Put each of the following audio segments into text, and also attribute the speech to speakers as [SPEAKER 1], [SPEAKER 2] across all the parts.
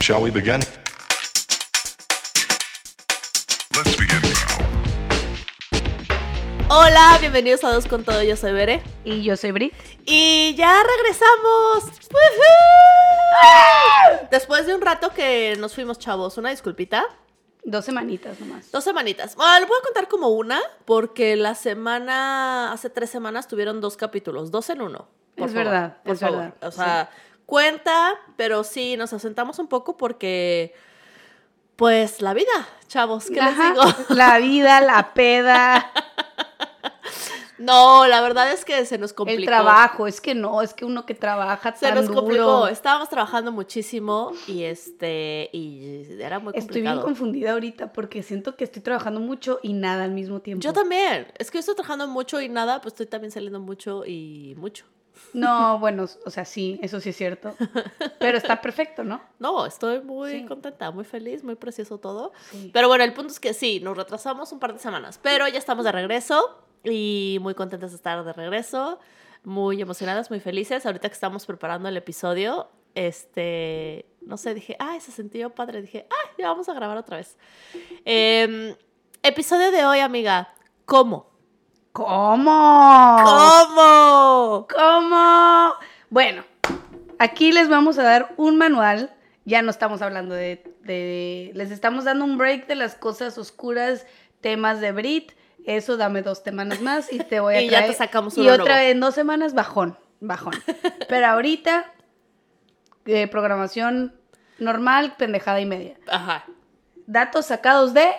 [SPEAKER 1] Shall we begin? Let's begin now.
[SPEAKER 2] Hola, bienvenidos a Dos con Todo, yo soy Bere.
[SPEAKER 3] Y yo soy Brit.
[SPEAKER 2] Y ya regresamos. ¡Woohoo! Después de un rato que nos fuimos, chavos, una disculpita.
[SPEAKER 3] Dos semanitas nomás.
[SPEAKER 2] Dos semanitas. Bueno, lo voy a contar como una, porque la semana, hace tres semanas tuvieron dos capítulos, dos en uno. por
[SPEAKER 3] Es
[SPEAKER 2] favor,
[SPEAKER 3] verdad,
[SPEAKER 2] por
[SPEAKER 3] es
[SPEAKER 2] favor.
[SPEAKER 3] verdad,
[SPEAKER 2] O sea, cuenta, pero sí, nos asentamos un poco porque, pues, la vida, chavos, ¿qué
[SPEAKER 3] Ajá.
[SPEAKER 2] les digo?
[SPEAKER 3] La vida, la peda,
[SPEAKER 2] No, la verdad es que se nos complicó.
[SPEAKER 3] el trabajo. Es que no, es que uno que trabaja
[SPEAKER 2] Se
[SPEAKER 3] tan
[SPEAKER 2] nos
[SPEAKER 3] duro.
[SPEAKER 2] complicó. Estábamos trabajando muchísimo y este y era muy
[SPEAKER 3] Estoy bien
[SPEAKER 2] complicado.
[SPEAKER 3] confundida ahorita porque siento que estoy trabajando mucho y nada al mismo tiempo.
[SPEAKER 2] yo también. Es que yo estoy trabajando mucho y nada, pues estoy también saliendo mucho y mucho.
[SPEAKER 3] No, bueno, o sea, sí, eso sí es cierto. Pero está perfecto, ¿no?
[SPEAKER 2] No, estoy muy
[SPEAKER 3] Sí.
[SPEAKER 2] contenta, muy feliz, muy precioso todo.
[SPEAKER 3] Sí.
[SPEAKER 2] Pero bueno, el punto es que sí, nos retrasamos un par de semanas, pero ya estamos de regreso y muy contentas de estar de regreso, muy emocionadas, muy felices. Ahorita que estamos preparando el episodio, este, no sé, dije, ay, se sintió padre, dije, ay, ya vamos a grabar otra vez. Em, episodio de hoy, amiga, ¿cómo?
[SPEAKER 3] ¿Cómo?
[SPEAKER 2] ¿Cómo?
[SPEAKER 3] ¿Cómo? Bueno, aquí les vamos a dar un manual. Ya no estamos hablando de, de- Les estamos dando un break de las cosas oscuras, temas de Brit. Eso dame dos semanas más y te voy a
[SPEAKER 2] Y ya
[SPEAKER 3] traer-
[SPEAKER 2] te sacamos
[SPEAKER 3] Y
[SPEAKER 2] uno
[SPEAKER 3] otra
[SPEAKER 2] nuevo.
[SPEAKER 3] vez en dos semanas, bajón, bajón. Pero ahorita, eh, programación normal, pendejada y media.
[SPEAKER 2] Ajá,
[SPEAKER 3] Datos sacados de...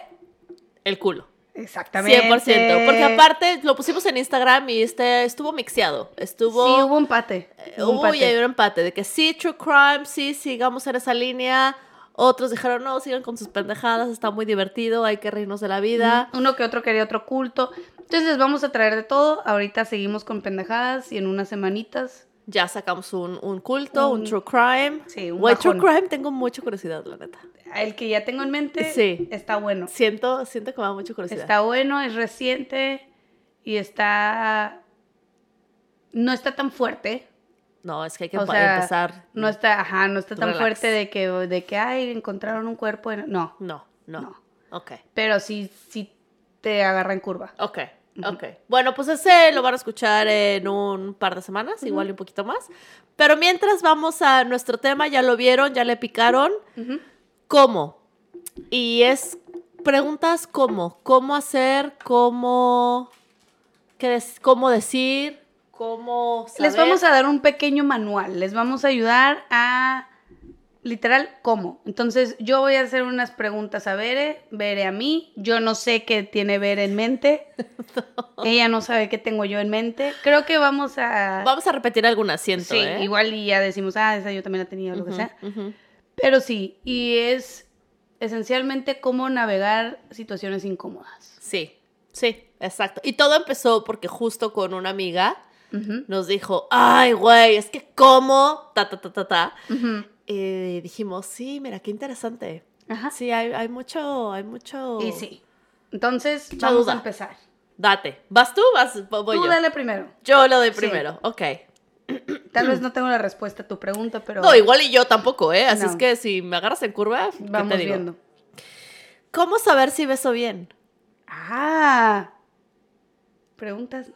[SPEAKER 2] el culo.
[SPEAKER 3] Exactamente.
[SPEAKER 2] 100%, porque aparte lo pusimos en Instagram y este estuvo mixeado, estuvo
[SPEAKER 3] Sí, hubo empate. hubo
[SPEAKER 2] Hubo y
[SPEAKER 3] empate.
[SPEAKER 2] Eh, hay un empate de que sí, True Crime, sí, sigamos en esa línea. Otros dijeron, no, sigan con sus pendejadas, está muy divertido, hay que reírnos de la vida.
[SPEAKER 3] Ujú, Uno que otro quería otro culto. Entonces vamos a traer de todo. Ahorita seguimos con pendejadas y en unas semanitas.
[SPEAKER 2] Ya sacamos un, un culto, un,
[SPEAKER 3] Un-
[SPEAKER 2] True Crime.
[SPEAKER 3] Sí, un
[SPEAKER 2] Güey, True
[SPEAKER 3] bajón.
[SPEAKER 2] Crime tengo mucha curiosidad, la neta.
[SPEAKER 3] El que ya tengo en mente
[SPEAKER 2] Sí.
[SPEAKER 3] está bueno.
[SPEAKER 2] Siento, siento que me da mucha curiosidad.
[SPEAKER 3] Está bueno, es reciente y está... No está tan fuerte.
[SPEAKER 2] No, es que hay que
[SPEAKER 3] O
[SPEAKER 2] pa-
[SPEAKER 3] sea,
[SPEAKER 2] empezar.
[SPEAKER 3] No está, ajá, no está tan
[SPEAKER 2] Relax.
[SPEAKER 3] fuerte de que, de que, ay, encontraron un cuerpo. en-". No,
[SPEAKER 2] No, no.
[SPEAKER 3] No.
[SPEAKER 2] Ok,
[SPEAKER 3] pero sí, sí te agarra en curva.
[SPEAKER 2] ok,
[SPEAKER 3] Ujú.
[SPEAKER 2] ok. Bueno, pues ese lo van a escuchar en un par de semanas, igual y un poquito más. Pero mientras vamos a nuestro tema, ya lo vieron, ya le picaron.
[SPEAKER 3] Ujú.
[SPEAKER 2] ¿Cómo? Y es preguntas cómo, cómo hacer, cómo, qué des- cómo decir, cómo saber.
[SPEAKER 3] Les vamos a dar un pequeño manual, les vamos a ayudar a literal cómo. Entonces yo voy a hacer unas preguntas a Bere, Bere a mí, yo no sé qué tiene Bere en mente, ella no sabe qué tengo yo en mente. Creo que vamos a...
[SPEAKER 2] Vamos a repetir algunas, siento,
[SPEAKER 3] sí,
[SPEAKER 2] ¿eh?
[SPEAKER 3] igual y ya decimos, ah, esa yo también la tenía o lo
[SPEAKER 2] Ujú,
[SPEAKER 3] que sea.
[SPEAKER 2] ujú.
[SPEAKER 3] Pero sí, y es esencialmente cómo navegar situaciones incómodas.
[SPEAKER 2] Sí, sí, exacto. Y todo empezó porque justo con una amiga
[SPEAKER 3] Ujú,
[SPEAKER 2] nos dijo, ay, güey, es que cómo, ta, ta, ta, ta, ta.
[SPEAKER 3] ujú,
[SPEAKER 2] Y dijimos, sí, mira, qué interesante.
[SPEAKER 3] Ajá.
[SPEAKER 2] Sí, hay, hay mucho, hay mucho...
[SPEAKER 3] Ah. Y sí. Entonces,
[SPEAKER 2] Mucha
[SPEAKER 3] vamos
[SPEAKER 2] duda.
[SPEAKER 3] a empezar.
[SPEAKER 2] Date. ¿Vas tú? ¿Vas? Voy
[SPEAKER 3] Tú
[SPEAKER 2] yo.
[SPEAKER 3] dale primero.
[SPEAKER 2] Yo lo doy
[SPEAKER 3] Sí.
[SPEAKER 2] primero, ok.
[SPEAKER 3] Tal vez no tengo la respuesta a tu pregunta, pero
[SPEAKER 2] No, igual y yo tampoco, ¿eh? Así
[SPEAKER 3] No.
[SPEAKER 2] es que si me agarras en curva, ¿qué
[SPEAKER 3] vamos
[SPEAKER 2] te digo?
[SPEAKER 3] viendo.
[SPEAKER 2] ¿Cómo saber si beso bien?
[SPEAKER 3] Ah, preguntas. ¿no?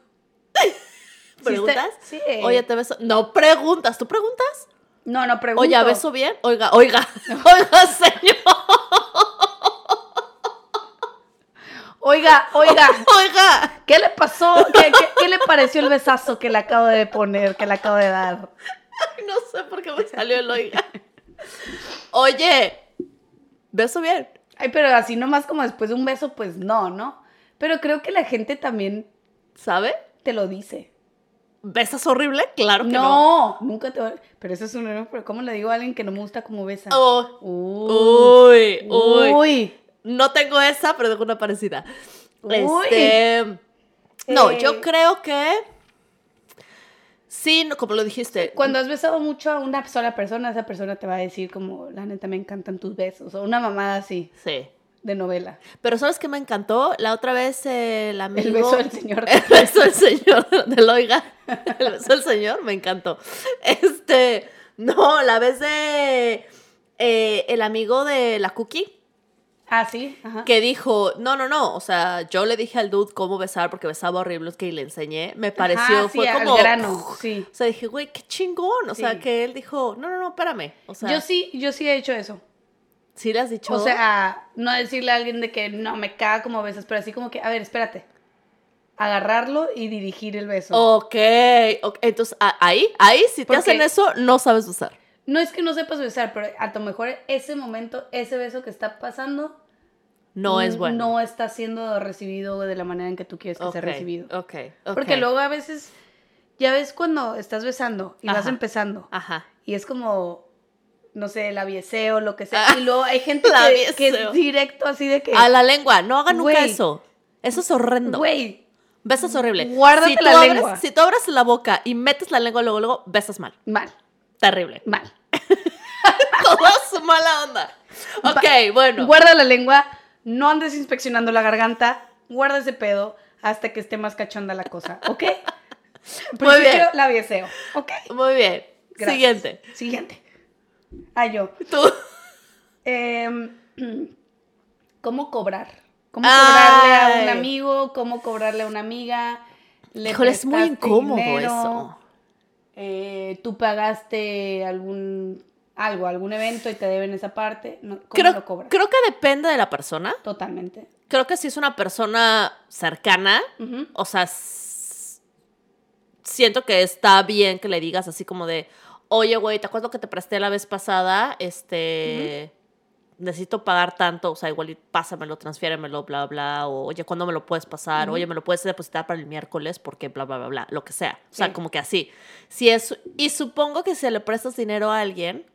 [SPEAKER 3] Sí
[SPEAKER 2] ¿Preguntas? Eh.
[SPEAKER 3] está- Sí.
[SPEAKER 2] Oye, ¿te beso? No, preguntas. ¿Tú preguntas?
[SPEAKER 3] no, no pregunto.
[SPEAKER 2] Oye, ¿beso bien? Oiga, oiga, oiga, señor.
[SPEAKER 3] Oiga, oiga,
[SPEAKER 2] Oiga.
[SPEAKER 3] ¿qué le pasó? ¿Qué, qué, qué le pareció el besazo que le acabo de poner, que le acabo de dar?
[SPEAKER 2] Ay, No sé por qué me salió el oiga. Oye, ¿beso bien?
[SPEAKER 3] Ay, pero así nomás como después de un beso, pues no, ¿no? Pero creo que la gente también
[SPEAKER 2] ¿Sabe?
[SPEAKER 3] te lo dice.
[SPEAKER 2] ¿Besas horrible? Claro que no.
[SPEAKER 3] No, nunca te va Pero eso es un error, pero ¿cómo le digo a alguien que no me gusta cómo besa?
[SPEAKER 2] Oh,
[SPEAKER 3] Uy,
[SPEAKER 2] uy, uy,
[SPEAKER 3] uy.
[SPEAKER 2] No tengo esa, pero tengo una parecida.
[SPEAKER 3] Uy.
[SPEAKER 2] Este. No,
[SPEAKER 3] Eh.
[SPEAKER 2] yo creo que. Sí, no, como lo dijiste.
[SPEAKER 3] Cuando has besado mucho a una sola persona, esa persona te va a decir como, la neta, me encantan tus besos. O una mamada así,
[SPEAKER 2] Sí.
[SPEAKER 3] de novela.
[SPEAKER 2] Pero ¿sabes qué me encantó? La otra vez eh, el amigo.
[SPEAKER 3] El beso del señor.
[SPEAKER 2] El beso del señor del Oiga. El beso del señor me encantó. Este. No, la vez de. eh, el amigo de la cookie
[SPEAKER 3] Ah, sí. Ajá.
[SPEAKER 2] que dijo, no, no, no, o sea, yo le dije al dude cómo besar porque besaba horrible que le enseñé, me pareció,
[SPEAKER 3] Ajá, Ah, sí,
[SPEAKER 2] fue
[SPEAKER 3] al
[SPEAKER 2] como...
[SPEAKER 3] grano, sí.
[SPEAKER 2] O sea, dije, güey, qué chingón, o
[SPEAKER 3] Sí.
[SPEAKER 2] sea, que él dijo, no, no, no, espérame, o sea,
[SPEAKER 3] yo sí, yo sí he hecho eso.
[SPEAKER 2] sí le has dicho...
[SPEAKER 3] O sea, no decirle a alguien de que no me caga como besas, pero así como que, a ver, espérate. Agarrarlo y dirigir el beso.
[SPEAKER 2] Ok, ok, entonces a- ahí, ahí si te
[SPEAKER 3] Porque-
[SPEAKER 2] hacen eso, no sabes usar.
[SPEAKER 3] No es que no sepas besar, pero a lo mejor ese momento, ese beso que está pasando,
[SPEAKER 2] No es
[SPEAKER 3] mm,
[SPEAKER 2] bueno.
[SPEAKER 3] No está siendo recibido de la manera en que tú quieres que sea
[SPEAKER 2] Ok,
[SPEAKER 3] recibido.
[SPEAKER 2] Ok, ok.
[SPEAKER 3] Porque luego a veces, ya ves cuando estás besando y vas
[SPEAKER 2] Ajá. Ah.
[SPEAKER 3] empezando
[SPEAKER 2] Ajá.
[SPEAKER 3] y es como, no sé, labieseo, lo que sea.
[SPEAKER 2] Ah,
[SPEAKER 3] y luego hay gente que,
[SPEAKER 2] labieseo.
[SPEAKER 3] que es directo así de que,
[SPEAKER 2] A la lengua, no hagan nunca
[SPEAKER 3] Güey.
[SPEAKER 2] eso. Eso es horrendo.
[SPEAKER 3] güey,
[SPEAKER 2] Besas horrible.
[SPEAKER 3] Guárdate
[SPEAKER 2] si tú
[SPEAKER 3] la
[SPEAKER 2] abres-
[SPEAKER 3] lengua.
[SPEAKER 2] Si tú abres la boca y metes la lengua luego, luego, besas mal.
[SPEAKER 3] mal,
[SPEAKER 2] Terrible.
[SPEAKER 3] mal.
[SPEAKER 2] Todo su mala onda. Ok, bueno.
[SPEAKER 3] Guarda la lengua, no andes inspeccionando la garganta, guarda ese pedo hasta que esté más cachonda la cosa, ¿ok?
[SPEAKER 2] Muy bien.
[SPEAKER 3] Principio labieseo, ¿ok?
[SPEAKER 2] Muy bien.
[SPEAKER 3] Gracias.
[SPEAKER 2] Siguiente.
[SPEAKER 3] Siguiente. Ah, yo.
[SPEAKER 2] Tú.
[SPEAKER 3] Em, ¿Cómo cobrar? ¿Cómo cobrarle a un
[SPEAKER 2] Ay.
[SPEAKER 3] amigo? ¿Cómo cobrarle a una amiga? ¿Le
[SPEAKER 2] Híjole, es muy
[SPEAKER 3] prestaste
[SPEAKER 2] incómodo
[SPEAKER 3] dinero?
[SPEAKER 2] eso.
[SPEAKER 3] Eh, ¿Tú pagaste algún algo, algún evento y te deben esa parte? No, ¿Cómo lo
[SPEAKER 2] Creo,
[SPEAKER 3] cobras?
[SPEAKER 2] creo que depende de la persona.
[SPEAKER 3] Totalmente.
[SPEAKER 2] Creo que si es una persona cercana,
[SPEAKER 3] Ujú.
[SPEAKER 2] o sea, s- siento que está bien que le digas así como de, oye, güey, ¿te acuerdas lo que te presté la vez pasada? Este, necesito pagar tanto, o sea, igual y pásamelo, transfiéremelo, bla, bla, o oye, ¿cuándo me lo puedes pasar?
[SPEAKER 3] Ujú.
[SPEAKER 2] Oye, ¿me lo puedes depositar para el miércoles? Porque bla, bla, bla, bla, lo que sea. O sea,
[SPEAKER 3] Sí.
[SPEAKER 2] como que así. Si es, y supongo que si le prestas dinero a alguien,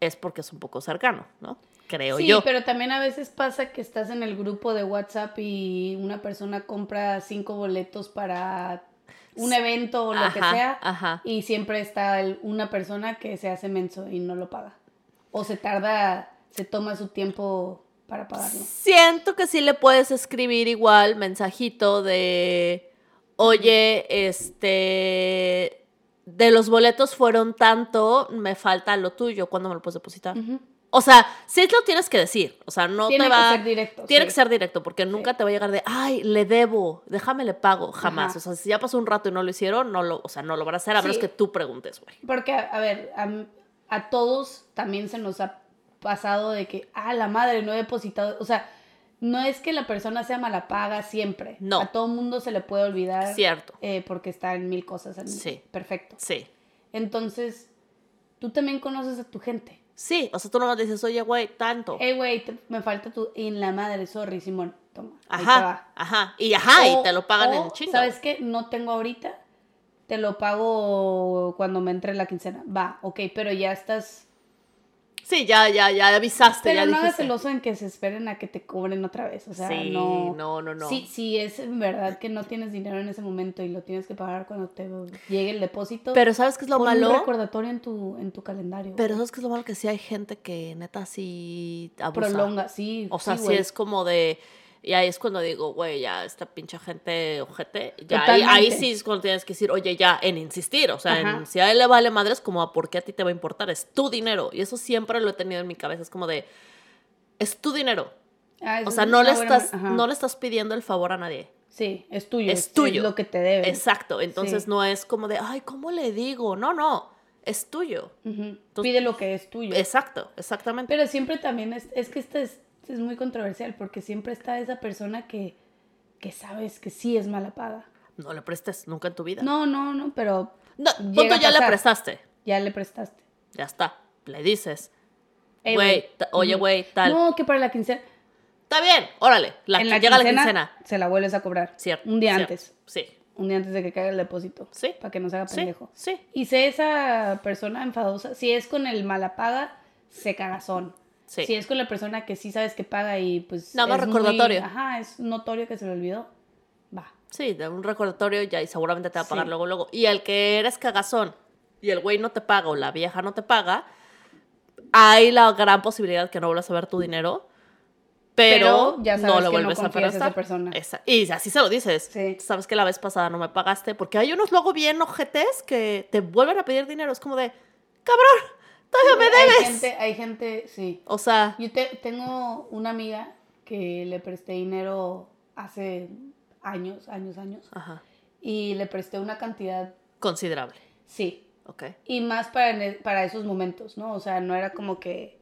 [SPEAKER 2] es porque es un poco cercano, ¿no? Creo
[SPEAKER 3] Sí,
[SPEAKER 2] yo.
[SPEAKER 3] pero también a veces pasa que estás en el grupo de WhatsApp y una persona compra cinco boletos para un evento o lo que
[SPEAKER 2] Ajá,
[SPEAKER 3] sea
[SPEAKER 2] ajá.
[SPEAKER 3] y siempre está el- una persona que se hace menso y no lo paga. O se tarda, se toma su tiempo para pagarlo.
[SPEAKER 2] Siento que sí le puedes escribir igual mensajito de, oye, este, de los boletos fueron tanto, me falta lo tuyo, ¿cuándo me lo puedes depositar?
[SPEAKER 3] Ujú.
[SPEAKER 2] O sea, sí lo tienes que decir, o sea, no
[SPEAKER 3] Tiene
[SPEAKER 2] te va...
[SPEAKER 3] que ser directo.
[SPEAKER 2] Tiene
[SPEAKER 3] sí.
[SPEAKER 2] que ser directo, porque nunca te va a llegar de, ay, le debo, déjame le pago, jamás.
[SPEAKER 3] Ajá.
[SPEAKER 2] O sea, si ya pasó un rato y no lo hicieron, no lo, o sea, no lo van a hacer, a menos
[SPEAKER 3] Sí.
[SPEAKER 2] que tú preguntes, güey.
[SPEAKER 3] Porque, a, a ver, a, m- a todos también se nos ha pasado de que, ah, la madre, no he depositado. O sea, no es que la persona sea mala paga siempre.
[SPEAKER 2] No.
[SPEAKER 3] A todo mundo se le puede olvidar.
[SPEAKER 2] Cierto,
[SPEAKER 3] eh, porque está en mil cosas. al mismo-
[SPEAKER 2] Sí.
[SPEAKER 3] Perfecto.
[SPEAKER 2] sí.
[SPEAKER 3] Entonces, tú también conoces a tu gente.
[SPEAKER 2] Sí, o sea, tú nomás le dices, oye, güey, tanto.
[SPEAKER 3] Hey, Eh, güey, te- me falta tu. En la madre, sorry, Simón. Toma. ahí te
[SPEAKER 2] Ajá,
[SPEAKER 3] va.
[SPEAKER 2] ajá. Y ajá,
[SPEAKER 3] O-
[SPEAKER 2] y te lo pagan
[SPEAKER 3] o,
[SPEAKER 2] en chingo.
[SPEAKER 3] ¿Sabes qué? No tengo ahorita. Te lo pago cuando me entre la quincena. Va, ok, pero ya estás.
[SPEAKER 2] Sí, ya, ya, ya avisaste,
[SPEAKER 3] Pero
[SPEAKER 2] ya
[SPEAKER 3] no hagas
[SPEAKER 2] dijiste.
[SPEAKER 3] el oso en que se esperen a que te cobren otra vez. O sea,
[SPEAKER 2] sí,
[SPEAKER 3] no.
[SPEAKER 2] no, no, no.
[SPEAKER 3] Sí, sí, es en verdad que no tienes dinero en ese momento y lo tienes que pagar cuando te llegue el depósito.
[SPEAKER 2] Pero ¿sabes qué es lo
[SPEAKER 3] Pon un
[SPEAKER 2] malo?
[SPEAKER 3] recordatorio en tu, en tu calendario.
[SPEAKER 2] Pero
[SPEAKER 3] güey.
[SPEAKER 2] ¿sabes qué es lo malo? Que sí hay gente que neta sí abusa.
[SPEAKER 3] prolonga, sí.
[SPEAKER 2] O sea, sí,
[SPEAKER 3] güey.
[SPEAKER 2] es como de... Y ahí es cuando digo, güey, ya esta pinche gente ojete. Ya ahí,
[SPEAKER 3] Totalmente.
[SPEAKER 2] ahí sí es cuando tienes que decir, oye, ya, en insistir. O sea, en-
[SPEAKER 3] Ajá.
[SPEAKER 2] si a él le vale madres, como, ¿a por qué a ti te va a importar? Es tu dinero. Y eso siempre lo he tenido en mi cabeza. Es como de, es tu dinero.
[SPEAKER 3] Ah, eso
[SPEAKER 2] O sea,
[SPEAKER 3] es
[SPEAKER 2] no le,
[SPEAKER 3] una buena
[SPEAKER 2] estás,
[SPEAKER 3] man- ajá.
[SPEAKER 2] no le estás pidiendo el favor a nadie.
[SPEAKER 3] Sí, es tuyo.
[SPEAKER 2] Es tuyo.
[SPEAKER 3] lo que te deben.
[SPEAKER 2] Exacto, entonces no es como de, ay, ¿cómo le digo? No, no, es tuyo.
[SPEAKER 3] Ujú. Pide lo que es tuyo.
[SPEAKER 2] Exacto, exactamente.
[SPEAKER 3] Pero siempre también es, es que este es, este es muy controversial porque siempre está esa persona que, que sabes que sí es mala paga.
[SPEAKER 2] No le prestes nunca en tu vida. No,
[SPEAKER 3] No, no, no, pero
[SPEAKER 2] punto,
[SPEAKER 3] llega a
[SPEAKER 2] ya le
[SPEAKER 3] pasar.
[SPEAKER 2] prestaste.
[SPEAKER 3] ya le prestaste.
[SPEAKER 2] Ya está, le dices.
[SPEAKER 3] Ey,
[SPEAKER 2] Güey, ta- oye,
[SPEAKER 3] Ujú.
[SPEAKER 2] güey, tal.
[SPEAKER 3] No, que para la quincena.
[SPEAKER 2] Está bien, órale, la,
[SPEAKER 3] en
[SPEAKER 2] que
[SPEAKER 3] la
[SPEAKER 2] llega
[SPEAKER 3] quincena,
[SPEAKER 2] la quincena.
[SPEAKER 3] Se la vuelves a cobrar.
[SPEAKER 2] Cierto.
[SPEAKER 3] Un día
[SPEAKER 2] cierto.
[SPEAKER 3] antes.
[SPEAKER 2] Sí,
[SPEAKER 3] Un día antes de que caiga el depósito.
[SPEAKER 2] Sí.
[SPEAKER 3] Para que no se haga
[SPEAKER 2] sí,
[SPEAKER 3] pendejo.
[SPEAKER 2] sí,
[SPEAKER 3] Y si esa persona enfadosa, si es con el malapaga, se cagazón.
[SPEAKER 2] sí.
[SPEAKER 3] Si es con la persona que sí sabes que paga y pues.
[SPEAKER 2] Nada más
[SPEAKER 3] es muy-
[SPEAKER 2] recordatorio.
[SPEAKER 3] ajá, es notorio que se le olvidó. Va.
[SPEAKER 2] Sí, de un recordatorio ya y seguramente te va a pagar
[SPEAKER 3] Sí.
[SPEAKER 2] luego, luego. Y el que eres cagazón y el güey no te paga o la vieja no te paga, hay la gran posibilidad que no vuelvas a ver tu dinero, pero,
[SPEAKER 3] Pero ya sabes
[SPEAKER 2] no
[SPEAKER 3] que
[SPEAKER 2] lo
[SPEAKER 3] no
[SPEAKER 2] vuelves a
[SPEAKER 3] confías en esa
[SPEAKER 2] prestar.
[SPEAKER 3] persona.
[SPEAKER 2] Esa- y así se lo dices.
[SPEAKER 3] Sí.
[SPEAKER 2] Sabes que la vez pasada no me pagaste, porque hay unos luego bien ojetes que te vuelven a pedir dinero. Es como de, cabrón, ¡Todavía me
[SPEAKER 3] Hay
[SPEAKER 2] debes!
[SPEAKER 3] gente, hay gente, sí.
[SPEAKER 2] O sea,
[SPEAKER 3] Yo te- tengo una amiga que le presté dinero hace años, años, años.
[SPEAKER 2] ajá,
[SPEAKER 3] Y le presté una cantidad,
[SPEAKER 2] considerable.
[SPEAKER 3] sí.
[SPEAKER 2] Ok.
[SPEAKER 3] Y más para, en- para esos momentos, ¿no? O sea, no era como que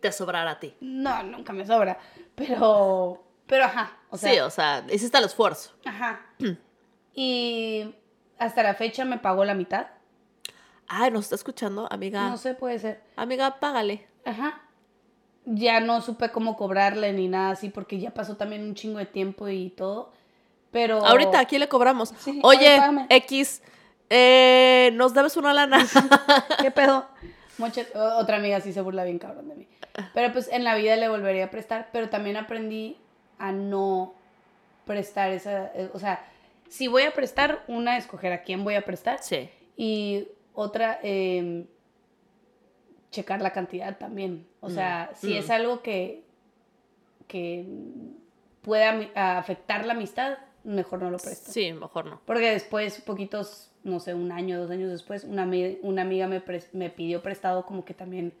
[SPEAKER 2] Te sobrará a ti.
[SPEAKER 3] No, nunca me sobra. Pero, pero ajá. O sea,
[SPEAKER 2] sí, o sea, hiciste el esfuerzo.
[SPEAKER 3] Ajá. Y hasta la fecha me pagó la mitad.
[SPEAKER 2] Ay, ¿nos está escuchando, amiga?
[SPEAKER 3] No sé, puede ser.
[SPEAKER 2] Amiga, págale.
[SPEAKER 3] Ajá. Ya no supe cómo cobrarle ni nada así porque ya pasó también un chingo de tiempo y todo. Pero.
[SPEAKER 2] Ahorita aquí le cobramos.
[SPEAKER 3] Oh. Sí, oye,
[SPEAKER 2] Oye,
[SPEAKER 3] págame.
[SPEAKER 2] X, eh, nos debes una lana.
[SPEAKER 3] ¿Qué pedo? Moche- o- otra amiga sí se burla bien cabrón de mí. Pero pues en la vida le volvería a prestar, pero también aprendí a no prestar esa, eh, o sea, si voy a prestar, una escoger a quién voy a prestar
[SPEAKER 2] sí.
[SPEAKER 3] y otra eh, checar la cantidad también. O sea,
[SPEAKER 2] Mm,
[SPEAKER 3] si
[SPEAKER 2] mm.
[SPEAKER 3] es algo que que pueda ami- afectar la amistad, mejor no lo presto.
[SPEAKER 2] Sí, mejor no.
[SPEAKER 3] Porque después, poquitos, no sé, un año, dos años después, una, ami- una amiga me, pres- me pidió prestado como que también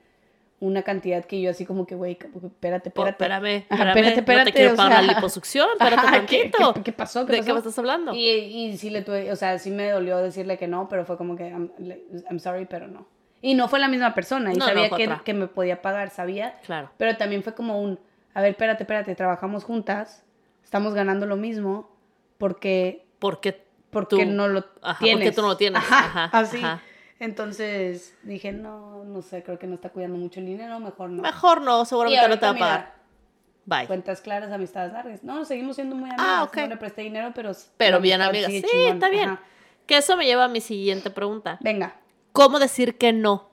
[SPEAKER 3] una cantidad que yo así como que, güey, como que espérate,
[SPEAKER 2] Oh,
[SPEAKER 3] espérate.
[SPEAKER 2] espérame, espérame.
[SPEAKER 3] Ajá,
[SPEAKER 2] no te quiero
[SPEAKER 3] o
[SPEAKER 2] pagar la
[SPEAKER 3] sea,
[SPEAKER 2] liposucción, espérate
[SPEAKER 3] ajá, ¿qué-
[SPEAKER 2] tantito.
[SPEAKER 3] ¿qué, qué pasó? ¿Qué
[SPEAKER 2] ¿De qué me
[SPEAKER 3] pasó?
[SPEAKER 2] estás hablando?
[SPEAKER 3] Y, y sí le tuve, o sea, sí me dolió decirle que no, pero fue como que, I'm, le- I'm sorry, pero no. Y no fue la misma persona, y
[SPEAKER 2] No, no,
[SPEAKER 3] sabía
[SPEAKER 2] fue
[SPEAKER 3] que,
[SPEAKER 2] otra.
[SPEAKER 3] que me podía pagar, sabía,
[SPEAKER 2] Claro.
[SPEAKER 3] pero también fue como un, a ver, espérate, espérate, trabajamos juntas, estamos ganando lo mismo, porque
[SPEAKER 2] Porque
[SPEAKER 3] porque
[SPEAKER 2] Tú.
[SPEAKER 3] no lo
[SPEAKER 2] Ajá, porque
[SPEAKER 3] tienes.
[SPEAKER 2] tú no lo tienes.
[SPEAKER 3] Ajá,
[SPEAKER 2] Ajá,
[SPEAKER 3] así.
[SPEAKER 2] ajá.
[SPEAKER 3] Entonces dije, no, no sé, creo que no está cuidando mucho el dinero, mejor no.
[SPEAKER 2] mejor no,
[SPEAKER 3] Y
[SPEAKER 2] seguramente no te va
[SPEAKER 3] ahorita,
[SPEAKER 2] a pagar. Bye.
[SPEAKER 3] mira, cuentas claras, amistades largas. No, seguimos siendo muy amigas.
[SPEAKER 2] Ah, ok.
[SPEAKER 3] No le presté dinero, pero...
[SPEAKER 2] Pero
[SPEAKER 3] la
[SPEAKER 2] bien,
[SPEAKER 3] amistad
[SPEAKER 2] amiga. Sí,
[SPEAKER 3] sigue chingona.
[SPEAKER 2] está bien.
[SPEAKER 3] Ajá.
[SPEAKER 2] Que eso me lleva a mi siguiente pregunta.
[SPEAKER 3] Venga.
[SPEAKER 2] ¿Cómo decir que no?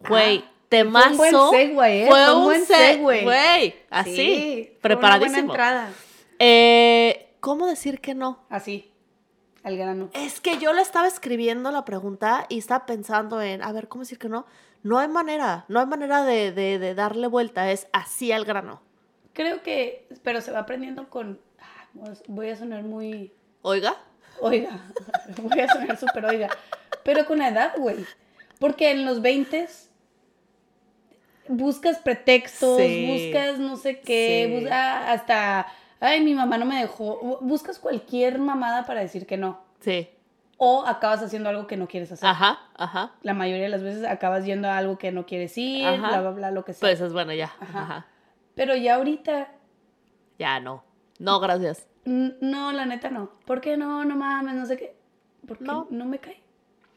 [SPEAKER 2] Güey,
[SPEAKER 3] Ah,
[SPEAKER 2] temazo.
[SPEAKER 3] fue un buen segue, ¿eh?
[SPEAKER 2] Fue
[SPEAKER 3] Fue un
[SPEAKER 2] un
[SPEAKER 3] buen
[SPEAKER 2] se-
[SPEAKER 3] segue.
[SPEAKER 2] Güey, así.
[SPEAKER 3] Sí, fue Una
[SPEAKER 2] preparadísimo.
[SPEAKER 3] buena entrada.
[SPEAKER 2] Eh, ¿Cómo decir que no?
[SPEAKER 3] Así, al grano.
[SPEAKER 2] Es que yo lo estaba escribiendo la pregunta y estaba pensando en, a ver, ¿cómo decir que no? No hay manera, no hay manera de, de- de darle vuelta, es así al grano.
[SPEAKER 3] Creo que... Pero se va aprendiendo con... ah, Voy a sonar muy...
[SPEAKER 2] Oiga,
[SPEAKER 3] Oiga, voy a sonar súper oiga. Pero con la edad, güey. Porque en los 20 buscas pretextos,
[SPEAKER 2] Sí.
[SPEAKER 3] buscas no sé qué,
[SPEAKER 2] Sí.
[SPEAKER 3] bus- ah, hasta, ay, mi mamá no me dejó. Bu- Buscas cualquier mamada para decir que no.
[SPEAKER 2] sí.
[SPEAKER 3] O acabas haciendo algo que no quieres hacer.
[SPEAKER 2] Ajá, ajá.
[SPEAKER 3] La mayoría de las veces acabas yendo a algo que no quieres ir,
[SPEAKER 2] Ajá.
[SPEAKER 3] bla, bla, bla, lo que sea.
[SPEAKER 2] Pues es bueno, ya.
[SPEAKER 3] Ajá.
[SPEAKER 2] Ajá.
[SPEAKER 3] Pero ya ahorita
[SPEAKER 2] Ya no. No, gracias.
[SPEAKER 3] N- No, la neta no. ¿Por qué no? No mames, no sé qué. Porque no,
[SPEAKER 2] No.
[SPEAKER 3] me cae.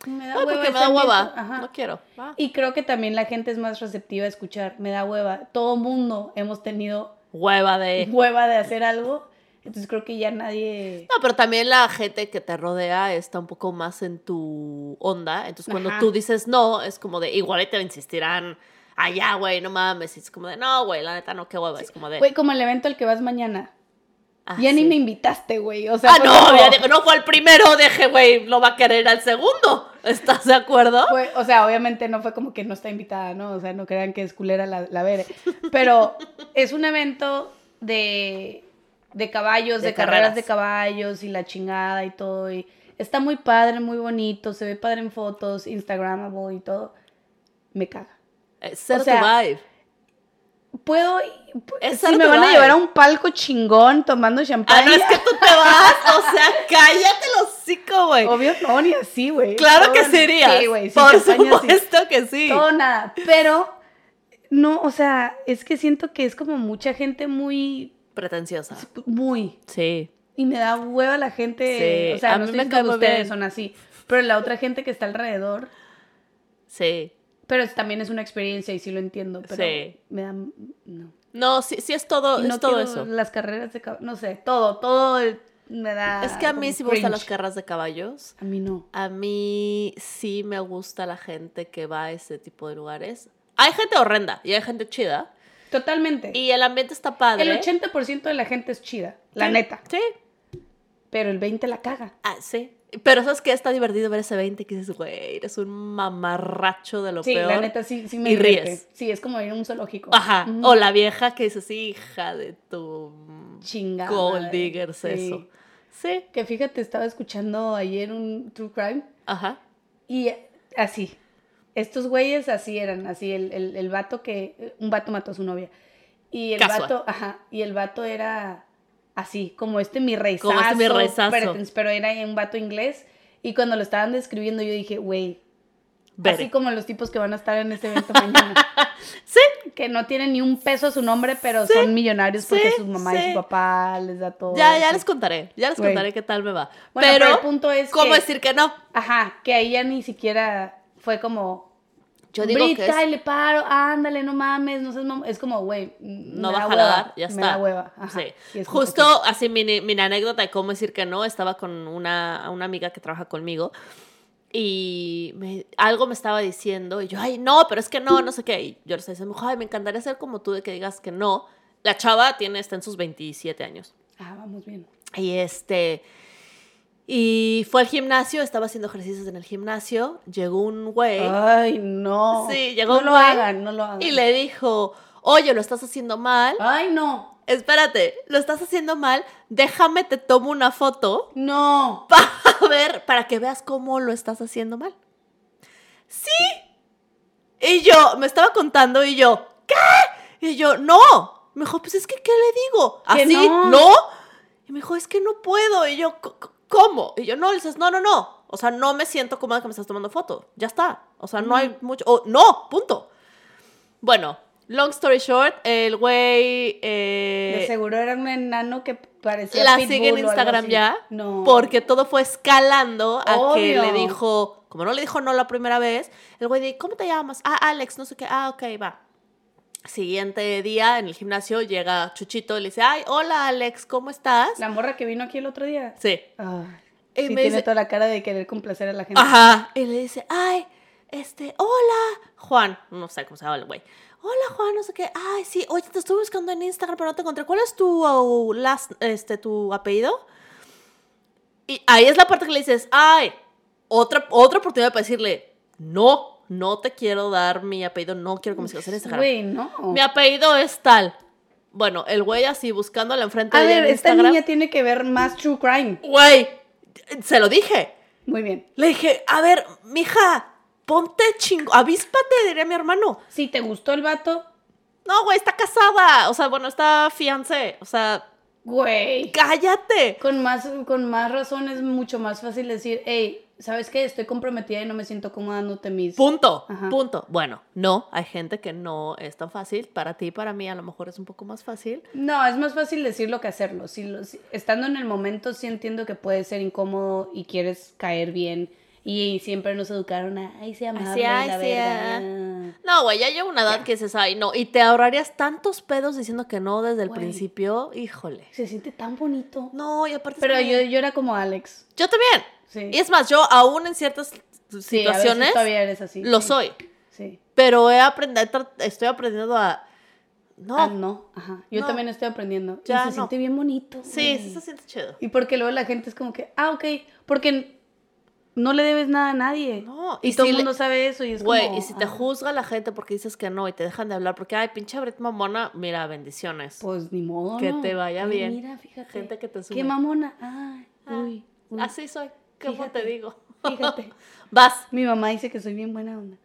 [SPEAKER 3] Me da
[SPEAKER 2] No, Ah, porque me
[SPEAKER 3] ese
[SPEAKER 2] da
[SPEAKER 3] ambiente.
[SPEAKER 2] hueva.
[SPEAKER 3] Ajá.
[SPEAKER 2] No quiero. Ah.
[SPEAKER 3] Y creo que también la gente es más receptiva a escuchar. Me da hueva. Todo mundo hemos tenido
[SPEAKER 2] Hueva de.
[SPEAKER 3] hueva de hacer algo. Entonces creo que ya nadie.
[SPEAKER 2] No, pero también la gente que te rodea está un poco más en tu onda. Entonces, cuando
[SPEAKER 3] Ajá.
[SPEAKER 2] tú dices no, es como de igual y te insistirán. Allá, güey, no mames. Y es como de no, güey, la neta no, qué hueva. Es como de.
[SPEAKER 3] Güey, como el evento al que vas mañana.
[SPEAKER 2] ah,
[SPEAKER 3] ya ni
[SPEAKER 2] sí.
[SPEAKER 3] me invitaste, güey. O sea,
[SPEAKER 2] ah,
[SPEAKER 3] fue
[SPEAKER 2] no,
[SPEAKER 3] como-
[SPEAKER 2] ya digo, no fue el primero, deje, güey, no va a querer al segundo. ¿Estás de acuerdo?
[SPEAKER 3] Fue- o sea, obviamente no fue como que no está invitada, ¿no? O sea, no crean que es culera la, la Bere. Pero es un evento de, de caballos, de,
[SPEAKER 2] De
[SPEAKER 3] carreras.
[SPEAKER 2] carreras.
[SPEAKER 3] de caballos y la chingada y todo. Y está muy padre, muy bonito, se ve padre en fotos, Instagramable y todo. Me caga.
[SPEAKER 2] Eh, Ser
[SPEAKER 3] o sea,
[SPEAKER 2] tu vibe.
[SPEAKER 3] Puedo.
[SPEAKER 2] Es
[SPEAKER 3] si
[SPEAKER 2] ser
[SPEAKER 3] me
[SPEAKER 2] tu
[SPEAKER 3] van a
[SPEAKER 2] vibe.
[SPEAKER 3] llevar a un palco chingón tomando
[SPEAKER 2] Ah,
[SPEAKER 3] champán.
[SPEAKER 2] no es que tú te vas. O sea, cállate los hocico, güey.
[SPEAKER 3] Obvio, no, ni así, güey.
[SPEAKER 2] Claro
[SPEAKER 3] Todo-
[SPEAKER 2] que sería.
[SPEAKER 3] Sí, güey, sin
[SPEAKER 2] Por
[SPEAKER 3] champaña, sí.
[SPEAKER 2] supuesto que sí.
[SPEAKER 3] todo nada. Pero, no, o sea, es que siento que es como mucha gente muy,
[SPEAKER 2] Pretenciosa.
[SPEAKER 3] muy.
[SPEAKER 2] Sí.
[SPEAKER 3] Y me da hueva la gente.
[SPEAKER 2] Sí,
[SPEAKER 3] o sea,
[SPEAKER 2] a
[SPEAKER 3] no
[SPEAKER 2] mí
[SPEAKER 3] estoy
[SPEAKER 2] me
[SPEAKER 3] diciendo que
[SPEAKER 2] cae muy
[SPEAKER 3] ustedes
[SPEAKER 2] bien.
[SPEAKER 3] son así. Pero la otra gente que está alrededor.
[SPEAKER 2] Sí.
[SPEAKER 3] Pero es- también es una experiencia y sí lo entiendo. Pero
[SPEAKER 2] Sí.
[SPEAKER 3] me da. No.
[SPEAKER 2] No, sí, sí es todo,
[SPEAKER 3] Y no
[SPEAKER 2] es todo
[SPEAKER 3] quiero
[SPEAKER 2] eso.
[SPEAKER 3] Las carreras de cab- No sé, todo, todo el- me da.
[SPEAKER 2] Es que a mí
[SPEAKER 3] como
[SPEAKER 2] sí me gustan las
[SPEAKER 3] cringe.
[SPEAKER 2] carreras de caballos.
[SPEAKER 3] A mí no.
[SPEAKER 2] A mí sí me gusta la gente que va a ese tipo de lugares. Hay gente horrenda y hay gente chida.
[SPEAKER 3] Totalmente.
[SPEAKER 2] Y el ambiente está padre.
[SPEAKER 3] el 80% de la gente es chida, la
[SPEAKER 2] Sí,
[SPEAKER 3] neta.
[SPEAKER 2] Sí.
[SPEAKER 3] Pero el 20% la caga.
[SPEAKER 2] Ah, sí. Pero sabes que está divertido ver ese 20 que dices, güey, eres un mamarracho de lo
[SPEAKER 3] sí,
[SPEAKER 2] peor.
[SPEAKER 3] la neta sí, sí me
[SPEAKER 2] y
[SPEAKER 3] divierte.
[SPEAKER 2] ríes.
[SPEAKER 3] Sí, es como ir a un zoológico.
[SPEAKER 2] Ajá.
[SPEAKER 3] Ujú.
[SPEAKER 2] O la vieja que dices, hija de tu
[SPEAKER 3] Chingada.
[SPEAKER 2] gold
[SPEAKER 3] madre.
[SPEAKER 2] diggers,
[SPEAKER 3] Sí.
[SPEAKER 2] eso. Sí.
[SPEAKER 3] Que fíjate, estaba escuchando ayer un True Crime
[SPEAKER 2] Ajá.
[SPEAKER 3] y eh, así. Estos güeyes así eran, así el, el, el vato que, un vato mató a su novia. Y el
[SPEAKER 2] Casual.
[SPEAKER 3] vato, ajá, y el vato era así, como este mi reizazo.
[SPEAKER 2] Como este mi reizazo.
[SPEAKER 3] pretens- Pero era un vato inglés. Y cuando lo estaban describiendo yo dije, güey, así
[SPEAKER 2] Veré.
[SPEAKER 3] como los tipos que van a estar en este evento mañana.
[SPEAKER 2] Sí.
[SPEAKER 3] que no tienen ni un peso a su nombre, pero son millonarios porque
[SPEAKER 2] sí,
[SPEAKER 3] su mamá
[SPEAKER 2] sí.
[SPEAKER 3] y su papá les da todo.
[SPEAKER 2] Ya, ya
[SPEAKER 3] eso.
[SPEAKER 2] les contaré. Ya les
[SPEAKER 3] Güey.
[SPEAKER 2] contaré qué tal me va.
[SPEAKER 3] Bueno,
[SPEAKER 2] pero,
[SPEAKER 3] pero, el punto es
[SPEAKER 2] ¿cómo
[SPEAKER 3] que,
[SPEAKER 2] decir que no?
[SPEAKER 3] ajá, que ahí ya ni siquiera fue como
[SPEAKER 2] Yo digo que es-
[SPEAKER 3] "Brinca y le paro, ándale, no mames, no seas mam-". es como, güey,
[SPEAKER 2] no
[SPEAKER 3] me
[SPEAKER 2] va
[SPEAKER 3] da
[SPEAKER 2] a
[SPEAKER 3] hueva,
[SPEAKER 2] jalar, ya está.
[SPEAKER 3] Me da hueva. Ajá.
[SPEAKER 2] Sí.
[SPEAKER 3] Y es como, pues
[SPEAKER 2] Justo
[SPEAKER 3] ok.
[SPEAKER 2] así mi, mi anécdota de cómo decir que no, estaba con una, una amiga que trabaja conmigo y me- algo me estaba diciendo y yo, ay, no, pero es que no, no sé qué. Y yo le estaba diciendo, ay, me encantaría ser como tú de que digas que no. La chava tiene, está en sus 27 años.
[SPEAKER 3] Ah, vamos bien.
[SPEAKER 2] Y este. Y fue al gimnasio, estaba haciendo ejercicios en el gimnasio. Llegó un güey
[SPEAKER 3] Ay, no.
[SPEAKER 2] Sí, llegó
[SPEAKER 3] No
[SPEAKER 2] un
[SPEAKER 3] lo
[SPEAKER 2] güey
[SPEAKER 3] hagan, no lo hagan.
[SPEAKER 2] y le dijo: Oye, lo estás haciendo mal.
[SPEAKER 3] Ay, no.
[SPEAKER 2] Espérate, lo estás haciendo mal. Déjame, te tomo una foto
[SPEAKER 3] No.
[SPEAKER 2] a ver para que veas cómo lo estás haciendo mal. Sí. Y yo, me estaba contando y yo, ¿qué? Y yo, no. Me dijo, pues es que, ¿qué le digo?
[SPEAKER 3] Que
[SPEAKER 2] ¿Así?
[SPEAKER 3] no.
[SPEAKER 2] No. Y me dijo, es que no puedo. Y yo, "C- c- ¿cómo? Y yo, no, le dices, no, no, no. O sea, no me siento cómoda que me estás tomando foto. Ya está. O sea, no hay mucho. o no, punto. Bueno, long story short, el güey. eh,
[SPEAKER 3] De seguro era un enano que parecía
[SPEAKER 2] la
[SPEAKER 3] pitbull
[SPEAKER 2] sigue en
[SPEAKER 3] o algo
[SPEAKER 2] Instagram
[SPEAKER 3] así.
[SPEAKER 2] ya.
[SPEAKER 3] No.
[SPEAKER 2] Porque todo fue escalando a que
[SPEAKER 3] Obvio.
[SPEAKER 2] le dijo, como no le dijo no la primera vez, el güey dijo, ¿cómo te llamas? Ah, Alex, no sé qué. Ah, ok, va. Siguiente día en el gimnasio llega Chuchito y le dice, ay, hola Alex, ¿cómo estás?
[SPEAKER 3] La morra que vino aquí el otro día.
[SPEAKER 2] Sí.
[SPEAKER 3] Ay,
[SPEAKER 2] Y
[SPEAKER 3] sí
[SPEAKER 2] me
[SPEAKER 3] tiene
[SPEAKER 2] dice-
[SPEAKER 3] toda la cara de querer complacer a la gente.
[SPEAKER 2] Ajá. Y le dice, ay, este, hola, Juan. No sé cómo se llama el güey. Hola, Juan, no sé qué. Ay, sí, oye, te estuve buscando en Instagram, pero no te encontré. ¿Cuál es tu, oh, last- este, tu apellido? Y ahí es la parte que le dices, ay, otra, otra oportunidad para decirle, no, no te quiero dar mi apellido, no quiero que me sigas en Instagram.
[SPEAKER 3] Güey, no.
[SPEAKER 2] Mi apellido es tal. Bueno, el güey así buscándola enfrente
[SPEAKER 3] A
[SPEAKER 2] de ella
[SPEAKER 3] ver,
[SPEAKER 2] en
[SPEAKER 3] esta
[SPEAKER 2] Instagram.
[SPEAKER 3] niña tiene que ver más true crime.
[SPEAKER 2] Güey, se lo dije.
[SPEAKER 3] Muy bien.
[SPEAKER 2] Le dije, a ver, mija, ponte chingo, avíspate, diría mi hermano.
[SPEAKER 3] Si te gustó el vato,
[SPEAKER 2] No, güey, está casada. O sea, bueno, está fiancé. O sea,
[SPEAKER 3] güey.
[SPEAKER 2] cállate.
[SPEAKER 3] Con más, con más razón es mucho más fácil decir, hey, ¿sabes qué? Estoy comprometida y no me siento cómoda dándote mis...
[SPEAKER 2] Punto,
[SPEAKER 3] Ajá.
[SPEAKER 2] punto. Bueno, no, hay gente que no es tan fácil. Para ti, para mí, a lo mejor es un poco más fácil.
[SPEAKER 3] No, es más fácil decirlo que hacerlo. Si lo- si- estando en el momento, sí entiendo que puede ser incómodo y quieres caer bien. Y, siempre nos educaron a, ay, sea amable,
[SPEAKER 2] Así, ay,
[SPEAKER 3] la
[SPEAKER 2] sea.
[SPEAKER 3] verdad".
[SPEAKER 2] No, güey, ya llevo una edad que dices, ay, no. Y te ahorrarías tantos pedos diciendo que no desde el
[SPEAKER 3] Güey.
[SPEAKER 2] principio. Híjole.
[SPEAKER 3] Se siente tan bonito.
[SPEAKER 2] No, y aparte. es
[SPEAKER 3] Pero
[SPEAKER 2] como-
[SPEAKER 3] yo, yo era como Alex.
[SPEAKER 2] Yo también.
[SPEAKER 3] Sí.
[SPEAKER 2] Y es más, yo aún en ciertas
[SPEAKER 3] Sí, a veces
[SPEAKER 2] situaciones
[SPEAKER 3] todavía eres así.
[SPEAKER 2] lo
[SPEAKER 3] sí,
[SPEAKER 2] soy.
[SPEAKER 3] Sí.
[SPEAKER 2] Pero he aprendido, estoy aprendiendo a... No,
[SPEAKER 3] Ah, no. Ajá. Yo
[SPEAKER 2] No.
[SPEAKER 3] también estoy aprendiendo. Y
[SPEAKER 2] Ya,
[SPEAKER 3] se
[SPEAKER 2] no.
[SPEAKER 3] siente bien bonito.
[SPEAKER 2] sí,
[SPEAKER 3] güey.
[SPEAKER 2] eso se siente chido.
[SPEAKER 3] Y porque luego la gente es como que, ah, ok. Porque no le debes nada a nadie.
[SPEAKER 2] No,
[SPEAKER 3] Y,
[SPEAKER 2] y
[SPEAKER 3] todo
[SPEAKER 2] si
[SPEAKER 3] el
[SPEAKER 2] le-
[SPEAKER 3] mundo sabe eso. Y es
[SPEAKER 2] Güey,
[SPEAKER 3] como,
[SPEAKER 2] y si te
[SPEAKER 3] ah,
[SPEAKER 2] juzga la gente porque dices que no y te dejan de hablar porque, ay, pinche Brit mamona, mira, bendiciones.
[SPEAKER 3] Pues ni modo.
[SPEAKER 2] Que
[SPEAKER 3] ¿no?
[SPEAKER 2] te vaya
[SPEAKER 3] Ay,
[SPEAKER 2] bien.
[SPEAKER 3] Mira, fíjate.
[SPEAKER 2] Gente que te
[SPEAKER 3] Qué
[SPEAKER 2] sube.
[SPEAKER 3] mamona. Ay,
[SPEAKER 2] Ah,
[SPEAKER 3] uy, uy,
[SPEAKER 2] Así soy, ¿cómo
[SPEAKER 3] Fíjate.
[SPEAKER 2] te digo?
[SPEAKER 3] Fíjate.
[SPEAKER 2] Vas.
[SPEAKER 3] Mi mamá dice que soy bien buena onda.